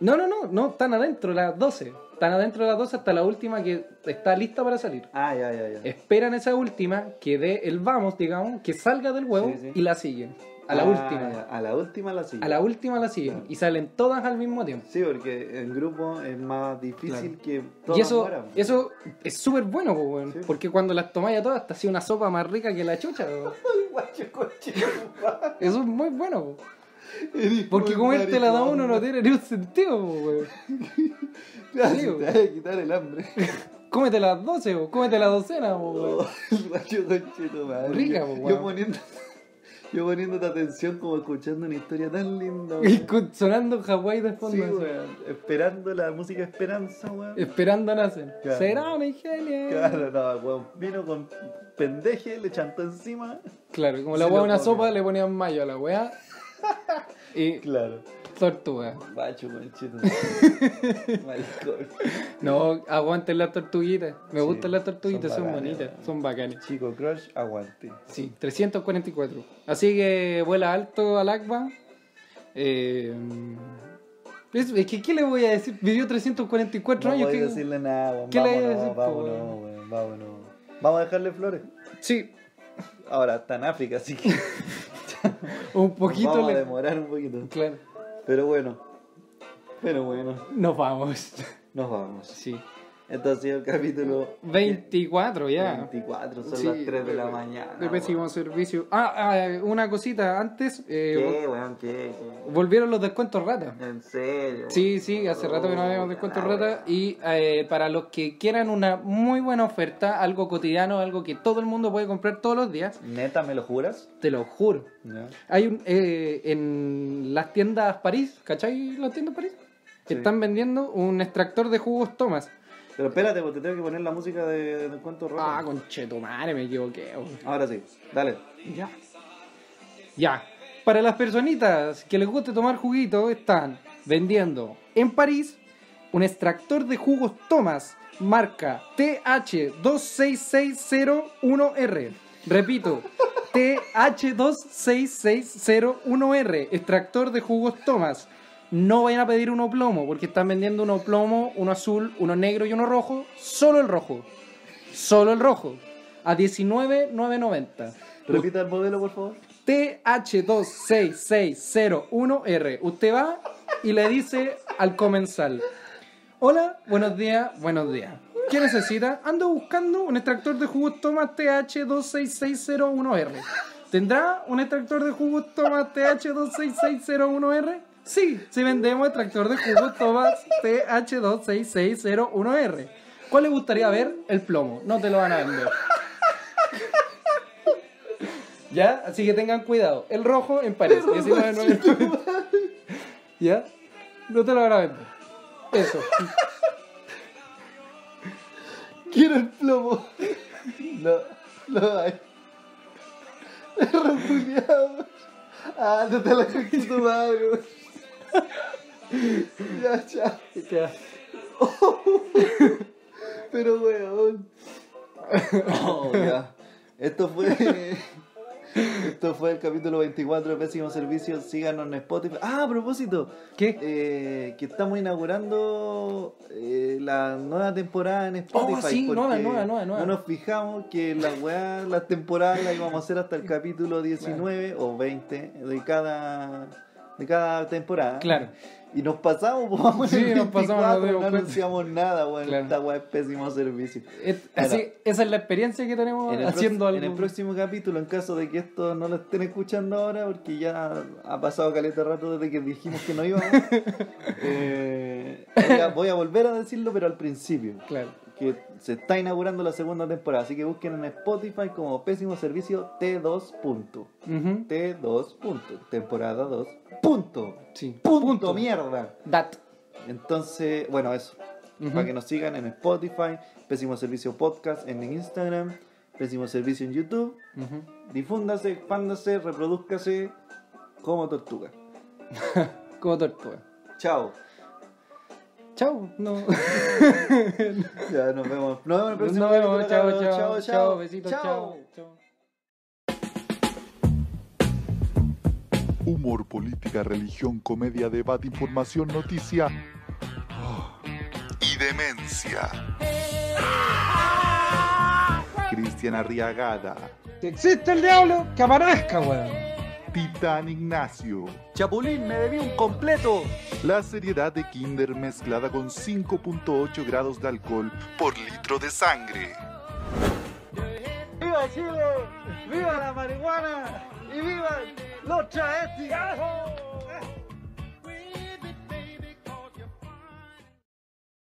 Speaker 2: No, no, no, no, están adentro las 12. Están adentro las 12 hasta la última que está lista para salir.
Speaker 4: Ah, ya, ya, ya.
Speaker 2: Esperan esa última que dé el vamos, digamos, que salga del huevo
Speaker 4: Sí, sí.
Speaker 2: y la siguen. A la
Speaker 4: Ah,
Speaker 2: última.
Speaker 4: ya, A la última la sigue.
Speaker 2: A la última la siguen.
Speaker 4: Claro.
Speaker 2: Y salen todas al mismo tiempo.
Speaker 4: Sí, porque en grupo es más difícil que todas
Speaker 2: Y eso,
Speaker 4: mueran.
Speaker 2: eso es súper bueno, po, weón,
Speaker 4: Sí.
Speaker 2: porque cuando las tomáis a todas, te hacía una sopa más rica que la chucha. po.
Speaker 4: Guacho, coche, compadre.
Speaker 2: Eso es muy bueno. po. Porque comerte la da uno no tiene ningún sentido. po, weón.
Speaker 4: Claro,
Speaker 2: Sí,
Speaker 4: te
Speaker 2: bo.
Speaker 4: vas a quitar el hambre.
Speaker 2: Cómete las 12, po, cómete la docena. po, weón.
Speaker 4: Oh, guacho, conchetumadre.
Speaker 2: Rica,
Speaker 4: Yo-
Speaker 2: po,
Speaker 4: yo,
Speaker 2: weón.
Speaker 4: poniendo, yo poniéndote atención como escuchando una historia tan linda.
Speaker 2: Y
Speaker 4: weón.
Speaker 2: con- sonando Hawái de
Speaker 4: Sí,
Speaker 2: fondo. así.
Speaker 4: weón. Esperando la música Esperanza, weón.
Speaker 2: Esperando a nacer.
Speaker 4: Claro.
Speaker 2: Será una ingenia. Claro.
Speaker 4: Claro, no, weón. Vino con pendeje, le chantó encima.
Speaker 2: como la
Speaker 4: Sí,
Speaker 2: weá
Speaker 4: lo
Speaker 2: una
Speaker 4: come.
Speaker 2: sopa, le ponían mayo a la weá. Y
Speaker 4: Claro.
Speaker 2: tortugas.
Speaker 4: Bacho, manchito. Maricón.
Speaker 2: No, aguanten las tortuguitas. Me
Speaker 4: Sí,
Speaker 2: gustan las tortuguitas, son,
Speaker 4: son bacanes,
Speaker 2: bonitas,
Speaker 4: weón.
Speaker 2: son bacanes.
Speaker 4: Chico Crush, aguante.
Speaker 2: Sí, 344. Así que vuela alto al Akba. Eh, es, es que, ¿qué le voy a decir? Vivió 344
Speaker 4: No
Speaker 2: años.
Speaker 4: voy
Speaker 2: que-
Speaker 4: a decirle nada, weón.
Speaker 2: ¿Qué le iba a
Speaker 4: Vámonos,
Speaker 2: decir, po,
Speaker 4: vámonos, weón, vámonos. Vamos a dejarle flores.
Speaker 2: Sí,
Speaker 4: Ahora está en África, así que nos
Speaker 2: un poquito
Speaker 4: vamos a
Speaker 2: le...
Speaker 4: demorar un poquito.
Speaker 2: Claro,
Speaker 4: Pero bueno. Pero bueno,
Speaker 2: nos vamos.
Speaker 4: nos vamos.
Speaker 2: Sí.
Speaker 4: Este ha sido el capítulo
Speaker 2: 24 ya.
Speaker 4: 24, son
Speaker 2: Sí,
Speaker 4: las 3 de la
Speaker 2: de-
Speaker 4: mañana.
Speaker 2: De pésimo
Speaker 4: weón.
Speaker 2: servicio. Ah, ah, una cosita antes. eh,
Speaker 4: ¿Qué, weón? ¿Qué?
Speaker 2: vol- volvieron los descuentos rata.
Speaker 4: ¿En serio? Ah,
Speaker 2: Sí,
Speaker 4: weón?
Speaker 2: sí, hace rato que no habíamos
Speaker 4: Puta
Speaker 2: descuento
Speaker 4: la
Speaker 2: rata. Y eh, para los que quieran una muy buena oferta, algo cotidiano, algo que todo el mundo puede comprar todos los días,
Speaker 4: weón. ¿Neta me lo juras?
Speaker 2: te lo juro.
Speaker 4: Ya.
Speaker 2: Hay un, eh, en las tiendas París, ¿cachai? Las tiendas París.
Speaker 4: Sí.
Speaker 2: Están vendiendo un extractor de jugos Thomas.
Speaker 4: Pero espérate, porque te tengo que poner la música de, de cuento rojo.
Speaker 2: Ah, conchetumare, me equivoqué. weón.
Speaker 4: Ahora sí, dale.
Speaker 2: Ya. Ya. Para las personitas que les guste tomar juguito, están vendiendo en París un extractor de jugos Thomas, marca TH26601R. Repito, TH26601R, extractor de jugos Thomas. No vayan a pedir uno plomo, porque están vendiendo uno plomo, uno azul, uno negro y uno rojo. Solo el rojo. Solo el rojo. A 19,990.
Speaker 4: Repita el modelo, por favor.
Speaker 2: TH26601R. Usted va y le dice al comensal: Hola, buenos días, buenos días. ¿Qué necesita? Ando buscando un extractor de jugos Thomas TH26601R. ¿Tendrá un extractor de jugos Thomas TH26601R? Sí, sí vendemos extractor de jugos Thomas TH26601R. ¿Cuál le gustaría ver? El plomo. No te lo van a vender. ¿Ya? Así que tengan cuidado. El rojo en París. 19.99. ¿Ya? No te lo van a vender. Eso.
Speaker 4: Quiero el plomo. No, no hay. Repudiado. Ah, no te la cogí tu madre. weón. Ya, ya.
Speaker 2: Ya.
Speaker 4: Pero weón. Oh, ya. Esto fue. Esto fue el capítulo 24 de Pésimo Servicio. Síganos en Spotify. Ah, a propósito.
Speaker 2: ¿Qué?
Speaker 4: eh, que estamos inaugurando eh, la nueva temporada en Spotify.
Speaker 2: Oh, sí,
Speaker 4: porque
Speaker 2: nueva, nueva, nueva, nueva.
Speaker 4: No nos fijamos que la weá, las temporadas las íbamos a hacer hasta el capítulo 19 o 20 de cada, de cada temporada.
Speaker 2: Claro.
Speaker 4: Y nos pasamos, pues, vamos
Speaker 2: Sí,
Speaker 4: en el
Speaker 2: nos pasamos, nos
Speaker 4: 24,
Speaker 2: dimos
Speaker 4: no
Speaker 2: cuenta.
Speaker 4: anunciamos nada, weón.
Speaker 2: Claro.
Speaker 4: Esta weá es pésimo servicio.
Speaker 2: Et- así, esa es la experiencia que tenemos
Speaker 4: En el,
Speaker 2: haciendo
Speaker 4: prox-
Speaker 2: algo.
Speaker 4: en el próximo capítulo, en caso de que esto no lo estén escuchando ahora, porque ya ha pasado caleta rato desde que dijimos que no íbamos, eh, voy, a, voy a volver a decirlo, pero al principio,
Speaker 2: Claro.
Speaker 4: que se está inaugurando la segunda temporada, así que busquen en Spotify como Pésimo Servicio T2. Punto.
Speaker 2: Ujú.
Speaker 4: T2. Punto. Temporada 2. Punto.
Speaker 2: Sí.
Speaker 4: Punto. Mierda.
Speaker 2: Dat.
Speaker 4: Entonces, bueno, eso.
Speaker 2: Ujú.
Speaker 4: Para que nos sigan en Spotify, Pésimo Servicio Podcast en Instagram, Pésimo Servicio en YouTube.
Speaker 2: Ujú.
Speaker 4: Difúndase, expándase, reproduzcase como tortuga.
Speaker 2: Como tortuga. Chao.
Speaker 4: Chao.
Speaker 2: No.
Speaker 4: Ya nos vemos. Nos vemos en el próximo
Speaker 2: Nos vemos.
Speaker 4: capítulo,
Speaker 2: Chao,
Speaker 4: cabros.
Speaker 2: chao. Chao. Besitos. Chao. Chao.
Speaker 1: Humor, política, religión, comedia, debate, información, noticia ah, y demencia. Cristian Arriagada,
Speaker 6: Si existe el diablo, que aparezca, weón.
Speaker 1: Titán Ignacio.
Speaker 7: Chapulín, me debí un completo.
Speaker 1: La seriedad de Kinder mezclada con 5.8 grados de alcohol por litro de sangre.
Speaker 7: ¡Viva Chile! ¡Viva la marihuana! ¡Y viva los travestis!